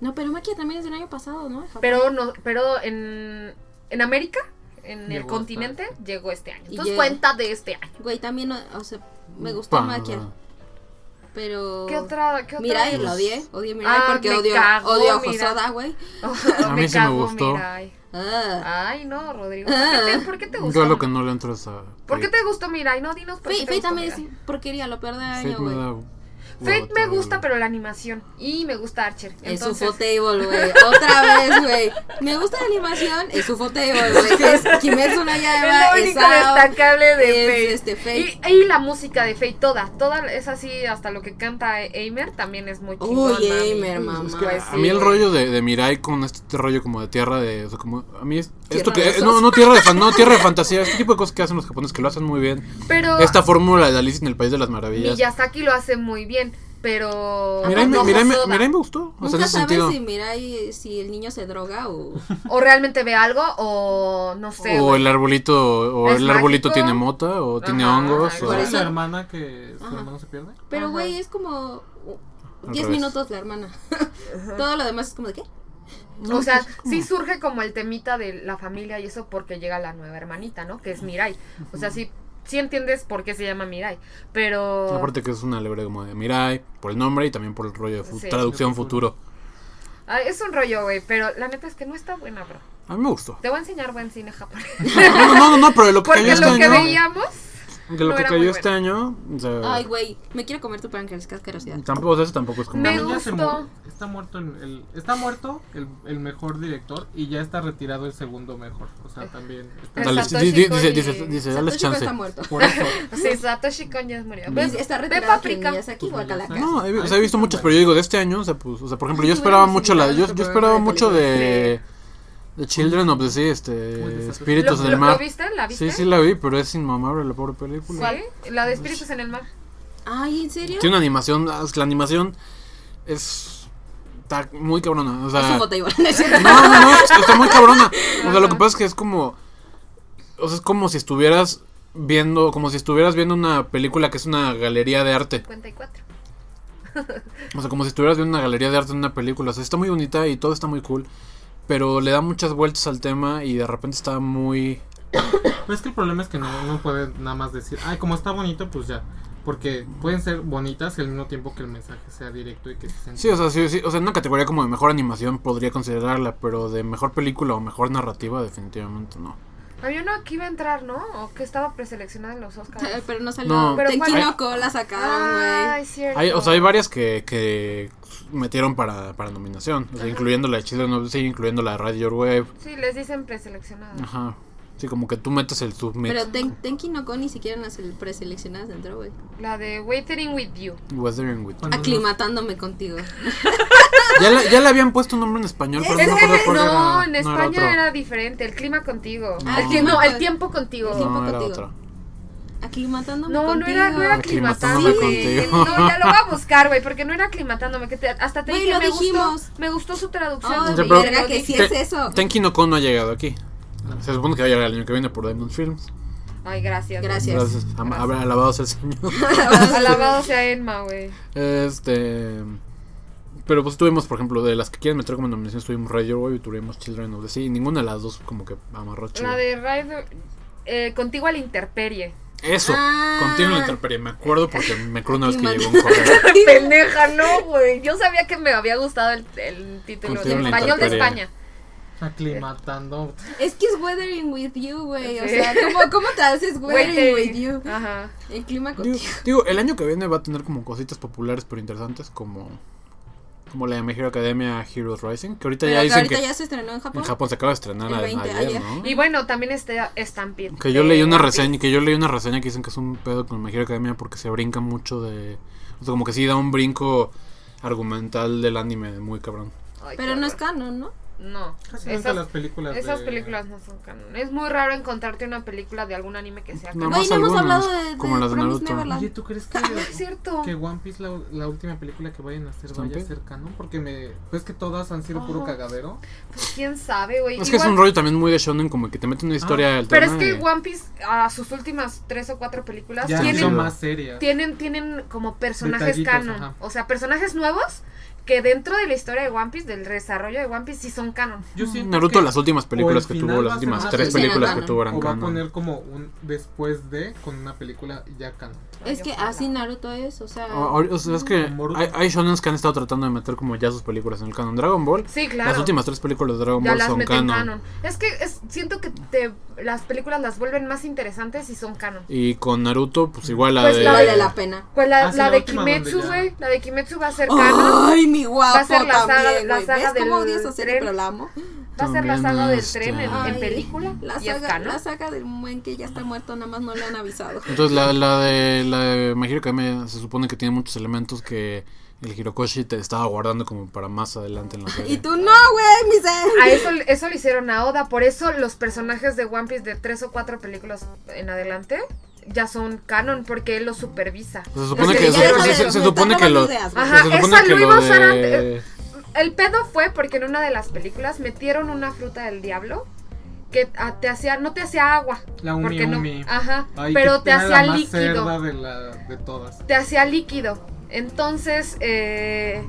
No, pero Maquia también es del año pasado, ¿no? Pero, no, pero en, en América, en el Llegó continente, llegó este año. Y Entonces llega. cuenta de este año. Güey, también, o sea, me gustó Mm, Pa- Maquia. Pero. ¿Qué otra? ¿Qué otra? <laughs> Mirai Oh, la odié. Odié Mirai Ah, porque me odio, cagó, odio a Mirai. Josada, güey. no, A mí sí me gustó. Mirai. Ah. Ay, no, Rodrigo. ¿Por qué te, por qué te gustó? Yo lo que no le entro es a... ¿Por qué te gustó Mirai? No, dinos por qué te Fate, Fate gustó también es Mirai. porquería, lo peor del Fate año, me güey. da Fate hueva me todo, gusta, güey. pero la animación. Y me gusta Archer. Es Entonces, Ufotable, güey. Otra vez, güey. Me gusta la animación. Es Ufotable, <laughs> güey. Es Kimetsu no Es Yaiba. lo Es único Sao, destacable de Fate. Es este Fate. Y, y la música de Fate, toda, toda es así, hasta lo que canta Eimer también es muy chingón. Uy, Eimer, mamá. Es que Pues a mí el sí. rollo de, de Mirai con este rollo como de tierra de. O sea, como. A mí es. Esto que. de eh, no, no, tierra de, fan- no, tierra de fantasía. Este tipo de cosas que hacen los japoneses que lo hacen muy bien. Pero Esta fórmula de Alice en el País de las Maravillas. Miyazaki lo hace muy bien, pero Mirai, me- no Mirai, me- Hosoda. Mirai me gustó. O sea, en Nunca ese sabes sentido. si Mirai, si el niño se droga o. o realmente ve algo o no sé. O güey. el arbolito. O Es el arbolito mágico. tiene mota. O tiene Ajá, hongos. ajá, o- ¿Cuál Por es la eso- hermana que su Ajá. hermano se pierde? Pero, Ajá. güey, es como Al 10 revés. minutos la hermana. Todo lo demás es como de qué? o sea, pues, sí surge como el temita de la familia y eso porque llega la nueva hermanita, ¿no? Que es Mirai. O sea, sí, sí entiendes por qué se llama Mirai, pero Aparte que es una alegoría como de Mirai. Por el nombre y también por el rollo de fu- Sí. traducción De futuro. futuro. Ah, es un rollo, güey, pero la neta es que no está buena, bro. A mí me <laughs> gustó. Te voy a enseñar buen cine <laughs> japonés. No, no, no, no, pero lo que cayó Porque este lo que año. veíamos <laughs> que Lo no que era muy cayó este año. o sea, Ay, güey, me quiero comer tu páncreas, qué asquerosidad. Tampoco, o sea, eso tampoco es como. Me A mí ya se gustó. mu- Está muerto, el, el- está muerto el, el mejor director y ya está retirado el segundo mejor. O sea, también. está- Exacto. Dale, Satoshi di- di- dice, Kon y- dice, dice, dale Satoshi chance. está muerto. Por eso. Sí, Satoshi Kon ya murió. Y Ve- está ve retirado que Paprika. Miyazaki, guacalaca. No, he, o sea, he visto muchos, pero yo digo de este año, o sea, pues, o sea, por ejemplo, yo Sí, esperaba hubiéramos mucho la, yo, invitado yo a nuestro esperaba programa de mucho de, ¿eh? películas. de Children of the Sea, Uy, este, de Espíritus ¿Lo- del lo- Mar. ¿Lo viste? ¿La viste? Sí, sí la Pues- vi, pero es inmamable la pobre película. ¿Cuál? La de Espíritus en el Mar. Ay, ¿en serio? Tiene una animación, ah, es que la animación es está muy cabrona, o Es sea, un no, <laughs> bote igual, ¿no es <laughs> cierto? no, no, es- está muy cabrona. O sea, lo que pasa es que es como o sea, es como si estuvieras viendo, como si estuvieras viendo una película que es una galería de arte. 54. O sea, como si estuvieras viendo una galería de arte en una película. O sea, está muy bonita y todo está muy cool. Pero le da muchas vueltas al tema y de repente está muy... Pero es que el problema es que no, no puedes nada más decir, ay, como está bonito, pues ya. Porque pueden ser bonitas y al mismo tiempo que el mensaje sea directo y que se sienta. Sí, o sea, sí, sí, o sea, en una categoría como de mejor animación podría considerarla, pero de mejor película o mejor narrativa definitivamente no. Había uno que iba a entrar, ¿no? O que estaba preseleccionada en los <laughs> Oscars. Pero no salió. No. Pero Tenki ¿cuál? no Ko la sacaron, güey. Ay, cierto. Hay, o sea, hay varias que, que metieron para, para nominación, o sea, Ajá. incluyendo la de Children of the Sea, incluyendo la de Radio Your Web. Sí, les dicen preseleccionadas. Ajá. Sí, como que tú metes el submit. Pero Ten- Tenki no Ko ni siquiera las el- preseleccionadas dentro, güey. La de Waiting with You. Weathering with- Cuando Aclimatándome contigo. Ya, la- ya le habían puesto un nombre en español, pero Es no me que acuerdo en- cuál no, era. en No, era España otro. Ah. era, diferente. El clima contigo. No. Ah, El que- no, el tiempo contigo. Sí. tiempo No, era contigo. otro. Aclimatándome No, no contigo. era, no era Aclimatándome aclimatándome. contigo. No, ya lo <laughs> voy a buscar, güey, porque no era aclimatándome. Que te- hasta te Güey, dije, lo me dijimos. gustó. Me gustó su traducción. Ay, Ya, güey, pero- te lo verga, que sí dije. es eso. Tenki no Ko no ha llegado aquí. Se supone que va a llegar el año que viene por Diamond Films. Ay, gracias. güey. Gracias. Gracias. Am- Gracias. habrá alabado sea el Señor. <laughs> Alabado sea Enma, güey. Este. Pero pues tuvimos, por ejemplo, de las que quieren meter como nominaciones, tuvimos Radio Wave y tuvimos Children of the Sea. Y ninguna de las dos como que amarró chido. La de Rider. eh, contigo a la <laughs> interperie. Eso, Ah. contigo la interperie. Me acuerdo porque me acuerdo una vez que llegó un correo. Pendeja, no, güey. Yo sabía que me había gustado el, el título. Contigo En en la español de intemperie. España. Aclimatando. Es que es weathering with you, güey. O Sí. Ah. sea, ¿cómo, ¿cómo te haces weathering with you? Ajá. El clima Digo, contigo. digo, el año que viene va a tener como cositas populares pero interesantes como, como la de My Hero Academia Heroes Rising, que ahorita Pero ya que dicen ahorita que ya se estrenó en Japón. en Japón se acaba de estrenar El a- 20 ayer, ayer. ¿no? Y bueno, también está Stampede. Que yo leí Eh, una reseña, que yo leí una reseña que dicen que es un pedo con My Hero Academia porque se brinca mucho de o sea, como que sí da un brinco argumental del anime muy cabrón. ay, Pero qué no es horror. canon, ¿no? No. Casi nunca Esas, las películas. esas de- películas no son canon. Es muy raro encontrarte una película de algún anime que sea No. canon. más Güey, no hemos algunos, hablado de, como de las de Promise Naruto. Neverland. Oye, ¿tú crees que, Ah, No es cierto. que One Piece, la, la última película que vayan a hacer, vaya ¿Stampede? a ser canon? Porque me. Pues que todas han sido puro Ajá. cagadero. Pues quién sabe, güey. Es que es Igual- Ah, un rollo también muy de shonen como que te mete una historia Pero alterna es que y- One Piece, a sus últimas tres o cuatro películas, Ya tienen sí, son más serias. tienen, tienen como personajes Detallitos, canon. ajá. O sea, personajes nuevos que dentro de la historia de One Piece, del desarrollo de One Piece, sí son canon. Yo siento Naruto que- las últimas películas o que el tuvo, final las va a ser últimas más tres canon. películas que Canon. tuvo eran O va a canon. poner como un después de con una película ya canon. Es que así Naruto es, o sea. O- o- o sea, es que Boruto. hay, hay shonens que han estado tratando de meter como ya sus películas en el canon. Dragon Ball, Sí, claro. las últimas tres películas de Dragon ya Ball las son meten canon. canon. Es que es- siento que te, las películas las vuelven más interesantes y son canon. Y con Naruto, pues igual la Pues de... la vale la pena. Pues la, Ah, sí, la la de última donde Kimetsu, ya- güey. La de Kimetsu va a ser canon. Ay, mi guapo Va a ser la saga- también, la güey. saga ¿Ves cómo del odias a serie, tren? pero la amo? va a ser la También, saga del este, tren en, en Ay, película. La y es saga, canon. la saga del buen que ya está muerto, nada más no le han <laughs> avisado. Entonces la, la de la de My Hero Academia se supone que tiene muchos elementos que el Hirokoshi te estaba guardando como para más adelante <laughs> en la serie. Y tú no, güey, mi A serie. eso, eso le hicieron a Oda, por eso los personajes de One Piece de tres o cuatro películas en adelante ya son canon, porque él los supervisa. Se supone Los que, que se, ya se- no se- les- se me supone están que lo robando ideas, güey. Ajá, se supone esa que lo lo iba a usar de El pedo fue porque en una de las películas metieron una fruta del diablo que ah, te hacía, no te hacía agua. La Umi Porque no, Umi. ajá, Ay, pero que te era hacía la más líquido. cerda de, la, de todas. te hacía líquido. Entonces, eh,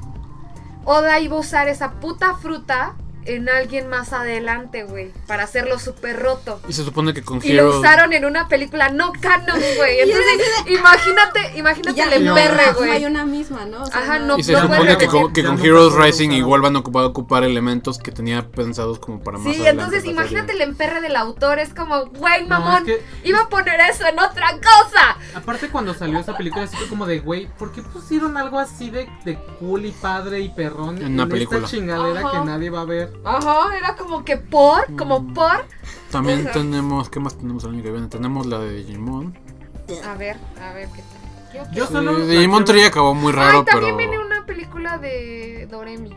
Oda iba a usar esa puta fruta en alguien más adelante, güey, para hacerlo súper roto. y se supone que con Y lo Hero usaron en una película no canon, <laughs> güey. Y Entonces, imagínate, imagínate el "Ah". no, emperre, Hay güey. una misma, ¿no? O Ajá, no, y se no supone puedes que con, repetir. que Ya con no Heroes puedes Rising usar. igual van a ocupar, ocupar elementos que tenía pensados como para más Sí, adelante entonces en la serie. imagínate el emperre del autor, es como, güey, No, mamón, es que- iba a poner eso en otra cosa. Aparte cuando salió esa película así fue como de güey, ¿por qué pusieron algo así de, de cool y padre y perrón En una película. esta chingadera Ajá. que nadie va a ver? Ajá, era como que por, como por. También O sea- tenemos, ¿qué más tenemos el año que viene? Tenemos la de Digimon. A ver, a ver qué tal. Yo Yo Sí, solo Digimon la que- 3 acabó muy raro, Ay, también pero viene una película de Doremi.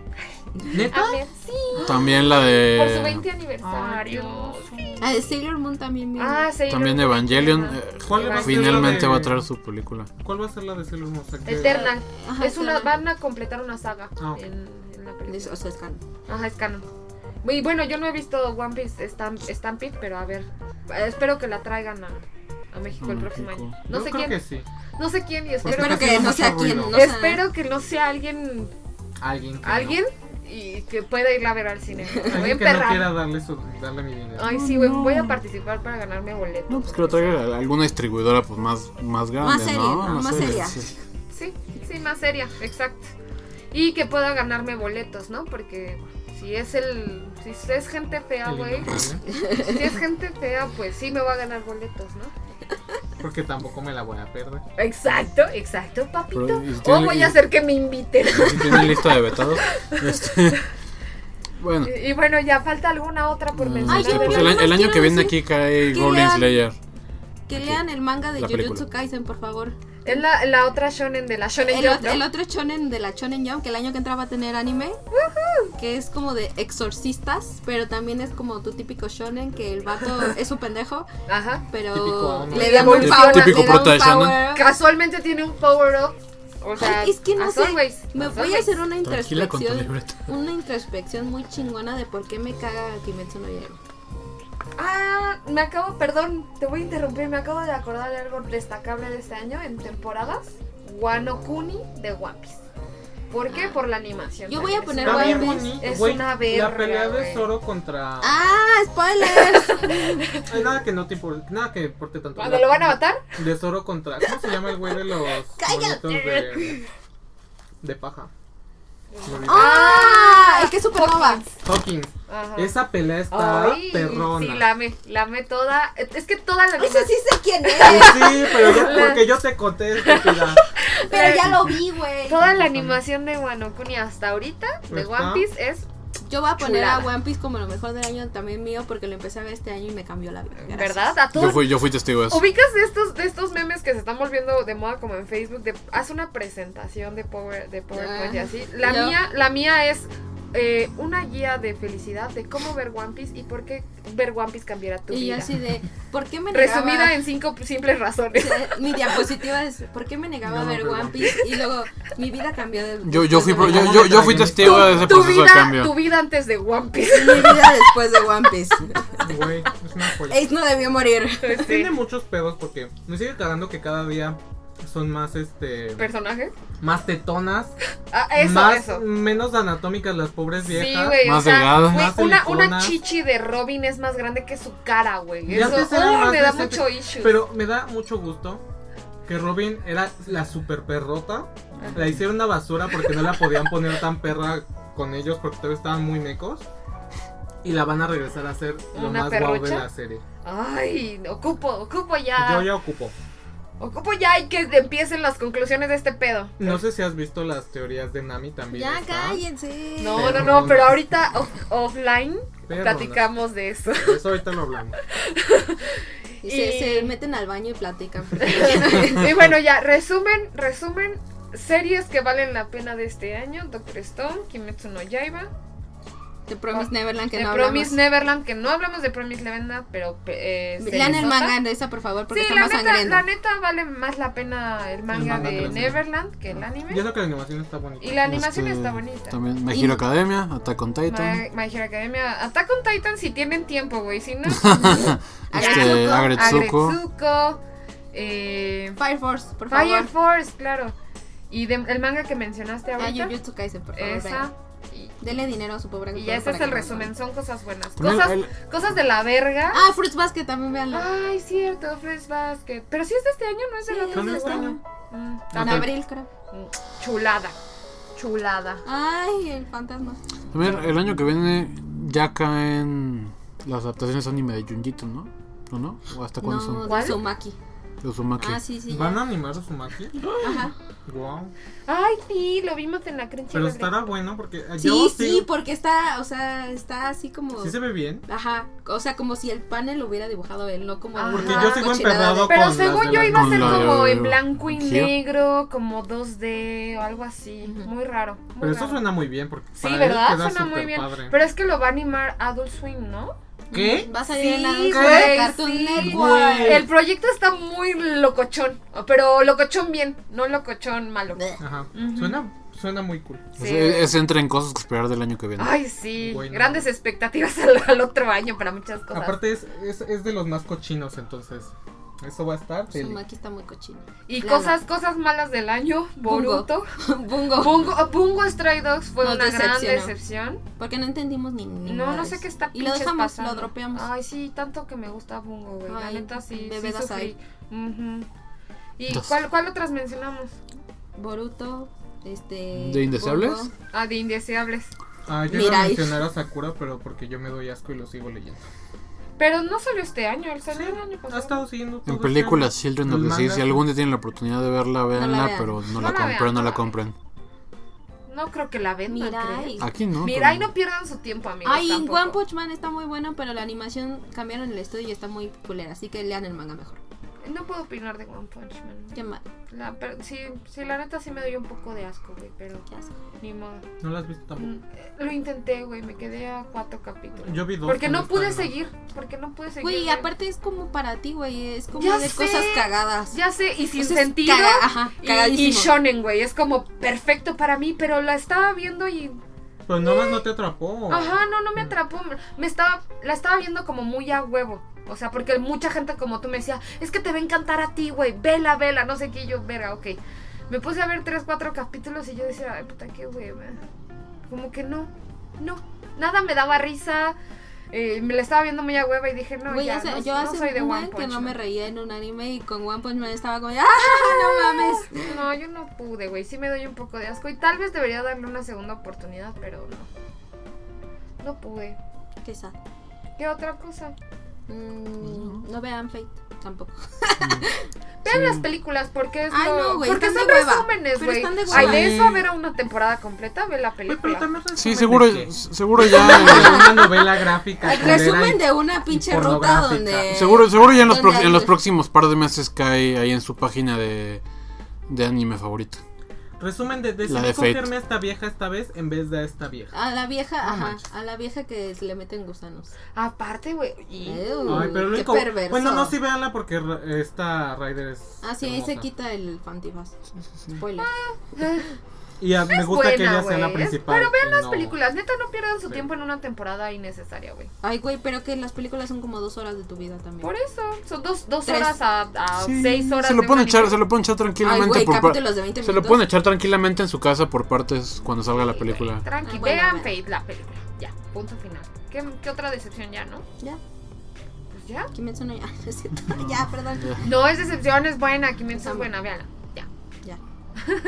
¿Neta? A ver, Ah, sí, también la por su de 20 aniversario. Ah, de Sailor Moon también viene. Ah, sí. también Evangelion eh, ¿Cuál va a ser finalmente la de- va a traer su película. ¿Cuál va a ser la de Sailor Moon? O sea, que- eh, Eternal. Ajá, es una, Eternal. van a completar una saga Ah, ok. en, en la Es- película. O sea, es canon. Ajá, es canon. Y bueno, yo no he visto One Piece Stamp, Stampede, pero a ver. Eh, Espero que la traigan a, a México A el próximo México. año. No Yo sé creo quién. que sí. No sé quién y espero, Pues Espero Pero que, que que no no sea sea quien. ruido. no sea- espero que no sea alguien Alguien. que alguien y que pueda irla a ver al cine. Me no- voy a alguien que no emperrar. quiera darle, su, darle mi dinero. Ay, sí, güey, voy a participar para ganarme boleto. No, pues que lo traiga a alguna distribuidora pues más, más grande, Más seria, ¿no? ¿no? Más seria. sí. Sí, sí, más seria, exacto. Y que pueda ganarme boletos, ¿no? Porque si es el. Si es gente fea, El Ah, güey. innombrable. Si es gente fea, pues sí me va a ganar boletos, ¿no? Porque tampoco me la voy a perder. Exacto, exacto, papito. Pero, y si O tiene- voy y- a hacer que me <laughs> inviten. Sí, tiene lista de <laughs> vetados. Este, bueno, Y, y bueno, ya falta alguna otra por eh, mencionar. ya, pues pero el, nada más el año quiero que viene decir aquí cae que Goblin vean- Slayer. Que Aquí. lean el manga de La película. Jujutsu Kaisen, por favor. Es la, la otra shonen de la shonen El, Jump, ot- el ¿no? otro shonen de la Shonen Jump, que el año que entra va a tener anime, que es como de exorcistas, pero también es como tu típico shonen, que el <laughs> vato es un pendejo, Ajá. pero Típico hombre. le dan Típico- un power, típico le dan un prota de shonen. power. Casualmente tiene un power up. O sea, Ay, es que no as sé, always, me as voy a always. hacer una Tranquila con tu introspección, libreta. <laughs> una introspección muy chingona de por qué me caga Kimetsu no Yaiba. Ah, me acabo, perdón, te voy a interrumpir. Me acabo de acordar de algo destacable de este año en temporadas. Wano Kuni de One Piece. ¿Por qué? Por la animación. Yo voy a también. poner One Es Piece. bonito. Es Güey, una verga, La pelea güey. de Zoro contra. Ah, spoilers. Ay, nada que no te importe, nada que importe tanto. Cuando Ah, lo van a matar, De Zoro contra. ¿Cómo se llama el güey de los <laughs> Cállate. monitos de, de Ah. paja? Me olvidé. <laughs> ah, es que es supernova. Hawkins. Ajá. Esa pelea está Ah. Ay, perrona. Sí, la amé, la amé toda. Es que toda la Eso animación. sí sé quién Pues es, <laughs> sí, pero <laughs> yo, porque yo te conté estúpida. pero ya lo vi, güey. Toda la animación de Wano Kuni hasta ahorita de Está. One Piece es Yo voy a poner a Chulada. One Piece como lo mejor del año también mío porque lo empecé a ver este año y me cambió la vida. Gracias. ¿Verdad? A Yo todos. fui, yo fui testigo de eso. Ubicas de estos, de estos memes que se están volviendo de moda como en Facebook, de, haz una presentación de Power, de PowerPoint y Ah, así. La yo. mía, la mía es eh, una guía de felicidad de cómo ver One Piece y por qué ver One Piece cambiará tu Y yo vida. así de, ¿por qué me negaba? Resumida en cinco simples razones. Mi diapositiva es, ¿por qué me negaba a No, ver pero- One Piece? Y luego, mi vida cambió de Yo, yo, fui, pro- después de yo, yo, yo fui testigo de ese Tu proceso de vida, cambio. tu vida antes de One Piece. <laughs> Mi vida después de One Piece. Güey, es una joya. Ace no debió morir. Sí. Tiene muchos pedos porque me sigue cagando que cada día son más este Personaje. más tetonas, Ah, eso, más eso. menos anatómicas las pobres Sí, viejas. güey. o Más sea, delgada. güey, Más una, silicona. una chichi de Robin es más grande que su cara, güey. Y Eso antes era oh, más me da decente, mucho issue. Pero me da mucho gusto que Robin era la super perrota. La hicieron una basura porque no la podían poner tan perra con ellos porque todavía estaban muy mecos. Y la van a regresar a hacer lo ¿Una más guau de perrucha? Ah. la serie. Ay, ocupo, ocupo ya. Yo ya ocupo. Ocupo ya y que empiecen las conclusiones de este pedo. No sé si has visto las teorías de Nami también. Ya, está. cállense. No, Pero no, no, pero no. ahorita off- offline Pero platicamos de <laughs> eso. no, Eso ahorita <laughs> lo hablamos. Y se, Y- se meten al baño y platican. <laughs> y bueno, ya, resumen, resumen. Series que valen la pena de este año, Doctor Stone, Kimetsu no Yaiba, The Promise Neverland que The no Promise hablamos. Neverland, que no hablamos de Promise Neverland, pero... eh, serie Lean el nota. manga de esa, por favor, porque Sí, está la más neta, sangriento. la neta vale más la pena el manga, manga que de la serie. Neverland que el anime. Yo creo que la animación está bonita. Y la animación Este, está bonita. También My Hero Academia, Attack on Titan, My, My Hero Academia. Attack on Titan si tienen tiempo, güey. Si no, este, <laughs> Agretsuko, Agretsuko. Agretsuko. Eh, Fire Force, por favor. Fire Force, claro. Y de- el manga que mencionaste Ah, ahorita. Jujutsu Kaisen, por favor. Esa. vean. Y, Denle dinero a su pobre y autor ese para es que el lo resumen. Son cosas buenas. Con el- Cosas, el- cosas de la verga. Ah, Fruits Basket también, véanlo. Ay, cierto, Fresh Basket. Pero si es de este año, no es del Sí, otro. es de este seguro? año. Mm, en Ok. abril, creo. mm, Chulada. Chulada. Ay, el fantasma. También el año que viene ya caen las adaptaciones anime de Junjito, ¿no? ¿O no? ¿O hasta cuándo No, ¿Cuál? de Sumaki. son? De Uzumaki. Ah, sí, sí. ya. ¿Van a animar a Sumaki? <gasps> Ajá. Wow. Ay, sí, lo vimos en la creencia. Pero estará bueno porque eh, yo Sí, sí, porque está, o sea, está así como. sí se ve bien. Ajá. O sea, como si el panel lo hubiera dibujado él, no como. Ajá. alguna Porque yo sigo cochinada emperrado de- Pero con según las yo de iba a las- ser con la- como en blanco y Gio. negro, como 2D o algo así. Ujú. Muy raro. muy Pero eso raro. suena muy bien porque Sí, para él ¿verdad? queda Suena muy súper bien. padre. Pero es que lo va a animar Adult Swim, ¿no? ¿Qué? Mm, Va a salir en la Sí, dulce de güey, Cartoon sí. Network. Güey. El proyecto está muy locochón, pero locochón bien, no locochón malo. Bleh. Ajá. Ujú. Suena suena muy cool. Sí. Ese, ese entra e-, en cosas que esperar del año que viene. Ay, sí. Bueno. Grandes expectativas al, al otro año para muchas cosas. Aparte es, es, es de los más cochinos, entonces eso va a estar. del- Sumaki está muy cochino. y claro. cosas, cosas malas del año. Boruto. <laughs> Bungo. Bungo, Bungo Stray Dogs fue Nos una gran decepcionó. decepción. Porque no entendimos ni ni No, no madres. sé qué está Y lo pinches dejamos, pasando. lo dropeamos. Ay, sí, tanto que me gusta Bungo, güey. La Ay, neta sí, sí bebé sufrí. Dasai. Ujú. ¿Y Dos. cuál, cuál otras mencionamos? Boruto, este. ¿De Indeseables? Bungo. Ah, de Indeseables. Ah, yo iba a Mirai. mencionar a Sakura, pero porque yo me doy asco y lo sigo leyendo. Pero no salió este año, él salió Sí, el año Ha pasado. estado siguiendo todo En pues este películas año. Children El of the Sea, manga, si algún día tienen la oportunidad de verla, véanla, vean. pero no, No la la compren, vean, no no la la compren. No creo que la vendan. Mirai. creo. Aquí no. Mira, y pero- no pierdan su tiempo, amigos. Ay, tampoco. One Punch Man está muy bueno, pero la animación cambiaron el estudio y está muy culera. Así que lean el manga mejor. No puedo opinar de One Punch Man. Qué mal. La, per- sí, sí, la neta sí me doy un poco de asco, güey, pero Qué asco. ni modo. No las has visto tampoco. Mm, eh, Lo intenté, güey, me quedé a cuatro capítulos. Yo vi dos. Mm. Porque cuando no pude estaba- seguir, porque no pude seguir. Güey, güey. aparte es como para ti, güey. Es como Ya de sé. cosas cagadas. Ya sé, y sin O sea, es sentido. caga- ajá, y- y, cagadísimo. shonen, güey, es como perfecto para mí, pero la estaba viendo y... Pero nomás no te atrapó. Ajá, no, no me atrapó. Me estaba, la estaba viendo como muy a huevo. O sea, porque mucha gente como tú me decía, es que te va a encantar a ti, güey, vela, vela, no sé qué, y yo, verga, ok. Me puse a ver tres, cuatro capítulos y yo decía, ay, puta, qué hueva. Como que no, no, nada me daba risa. eh, me la estaba viendo muy a hueva y dije, no, Güey, ya, hace- no, yo no hace soy de un One buen que Punch no Man. me reía en un anime y con One Punch Man estaba como, <laughs> ¡ah, no mames! No, yo no pude, güey. Sí me doy un poco de asco. Y tal vez debería darle una segunda oportunidad, pero no. No pude. Qué sad. ¿Qué otra cosa? Mm, no vean Fate tampoco. Vean las películas porque es Ay, lo- no, güey, Porque están son de hueva. resúmenes, Pero güey. están de Ay, hueva. de Sí. eso a ver a una temporada completa, ve la Güey, pero película. también Sí, resumen seguro, de que- seguro <laughs> ya. una novela gráfica. culera Resumen y- de una pinche ruta pornográfica. donde. eh, Seguro, seguro ya en los, donde prox- en hay- los próximos par de meses cae ahí en su página de, de anime favorito. Resumen de La decidí de Fate. cogerme a esta vieja esta vez en vez de a esta vieja. A la vieja, No ajá, manches. a la vieja que se le meten gusanos. Aparte, güey. y- Ew, Ay, pero lo qué único- perverso. Bueno, no, sí, véanla porque ra- esta Ryder es. Ah, sí, ahí se hermosa. quita el fantifaz. Spoiler. Y a- me Es gusta que buena, ella sea la güey, es- principal. pero vean y las no- películas, neta, no pierdan su Sí. tiempo en una temporada innecesaria, güey. Ay, güey, pero que las películas son como dos horas de tu vida también. Por eso, son dos, dos Tres. horas a, a Sí, Ah, seis horas. se lo de pueden un echar, anime. se lo pueden echar Ay, tranquilamente güey, por par- capítulos de 20 minutos. Se lo pueden echar tranquilamente en su casa por partes cuando salga la película. Tranqui, Ah, bueno, vean bueno. Fate, la película. Ya, punto final. ¿Qué, qué otra decepción ya, no? Ya, Pues ya. Kimetsu no ya. <laughs> no es <laughs> cierto. ya, perdón. Ya. No es decepción, es buena. Kimetsu es Amo. buena, véanla. Ya. Ya.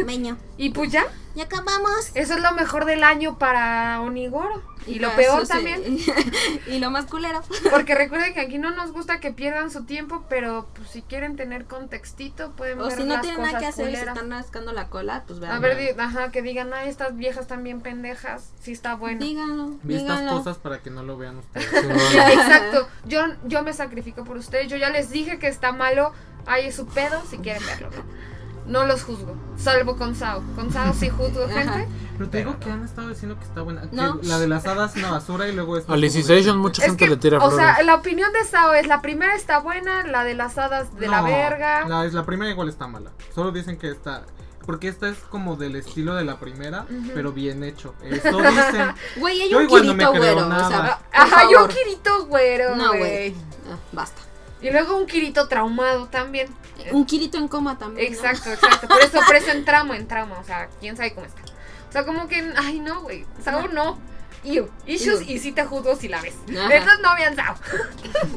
Meño. Y pues ya, Ya acabamos. eso es lo mejor del año para Onigoro. Y, lo para peor sus- también. <laughs> y lo más culero. Porque recuerden que aquí no nos gusta que pierdan su tiempo, pero pues, si quieren tener contextito, pueden O ver si no las tienen nada cosas que hacer y se culeras. están rascando la cola, pues vean. A ver, di- ajá, que digan, ay, estas viejas están bien pendejas. Sí está bueno. díganlo. Vi estas díganlo. cosas para que no lo vean <laughs> ustedes. Exacto. Yo, yo me sacrifico por ustedes. Yo ya les dije que está malo. Ahí es su pedo si quieren verlo. No, No los juzgo. Salvo con Sao. Con Sao sí juzgo Ajá. gente. Pero te digo que han estado diciendo que está buena. que No. la de las hadas es una basura y luego es. Alicization, mucha Es gente que, le tira o sea, flores. la opinión de Sao es la primera está buena, la de las hadas de la No, verga. No, es la primera igual está mala. Solo dicen que está. Porque esta es como del estilo de la primera, pero bien hecho. Eso dicen. Güey, hay Yo un igual no me Kirito creo güero. O nada. sea, Ah, por Ajá, yo un favor. Kirito güero, No, güey. güey. Ah, basta. Y luego un Kirito traumado también. Un Kirito en coma también. ¿no? Exacto, exacto. Por eso, por eso en tramo, en tramo. O sea, quién sabe cómo está. O sea, como que, ay, no, güey. Sao no. Iu, issues Iu. y si te juzgo si la ves. Ajá. Entonces no vean Sao.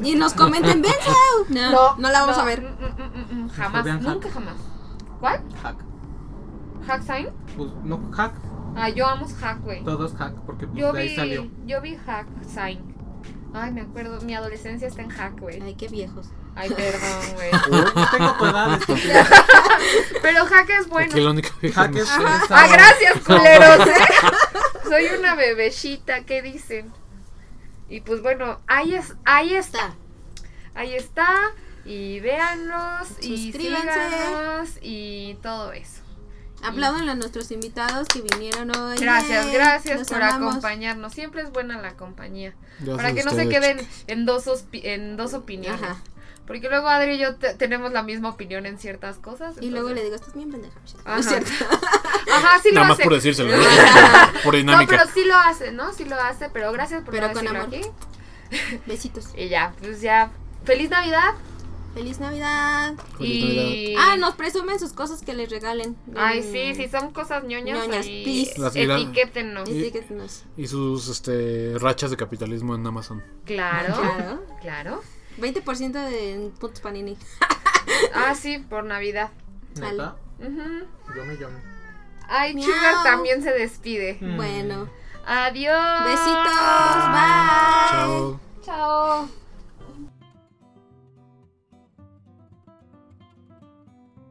Y nos comenten, ven, Sau. No, no, la vamos no, a ver. mm, mm, mm, mm, jamás, vean Hack. nunca jamás. ¿Cuál? Hack. ¿Hack Sign? Pues no, hack. Ah, yo amo Hack, güey. Todo es hack, porque pues, Yo de ahí vi, salió. yo vi Hack Sign. Ay, me acuerdo, mi adolescencia está en Hack, güey. Ay, qué viejos. Ay, perdón, <laughs> güey. No tengo tu edad, <laughs> estúpida. Pero Hack es bueno. Aquí la única vieja Hack no es. sé. es Ah, sábado. gracias, culeros, ¿eh? <laughs> Soy una bebecita, ¿qué dicen? Y pues bueno, ahí, es, ahí está, Está. ahí está. Y véanlos, y Suscríbanse. síganos, y todo eso. Aplaudan a nuestros invitados que vinieron hoy. Gracias, Yay, gracias los por amamos. acompañarnos. Siempre es buena la compañía. Gracias Para a que no se ustedes. queden en dos, ospi- en dos opiniones. Ajá. Porque luego Adri y yo te- tenemos la misma opinión en ciertas cosas. Y luego entonces- le digo, estás bien pendeja, Michelle. No Ajá. <laughs> es cierto. Ajá, sí Nada lo más hace. por <laughs> decírselo, ¿no? por No, dinámica. pero sí lo hace, ¿no? Sí lo hace, pero gracias por Pero no con decirlo amor. aquí. Besitos. Y ya, pues ya. Feliz Navidad. Feliz Navidad. Y... Ah, nos presumen sus cosas que les regalen. Ay, Mm. sí, sí, son cosas ñoñas. Ñoñas, ahí, please. Las mira- etiquétenos. Y- Etiquétenos. Y sus este, rachas de capitalismo en Amazon. Claro, Claro. claro. 20% de puntos panini. Ah, sí, por Navidad. ¿Neta? Ujú. Yo me llamo. Ay, Miau. Sugar también se despide. Mm. Bueno. Adiós. Besitos. Bye. Chao. Chao.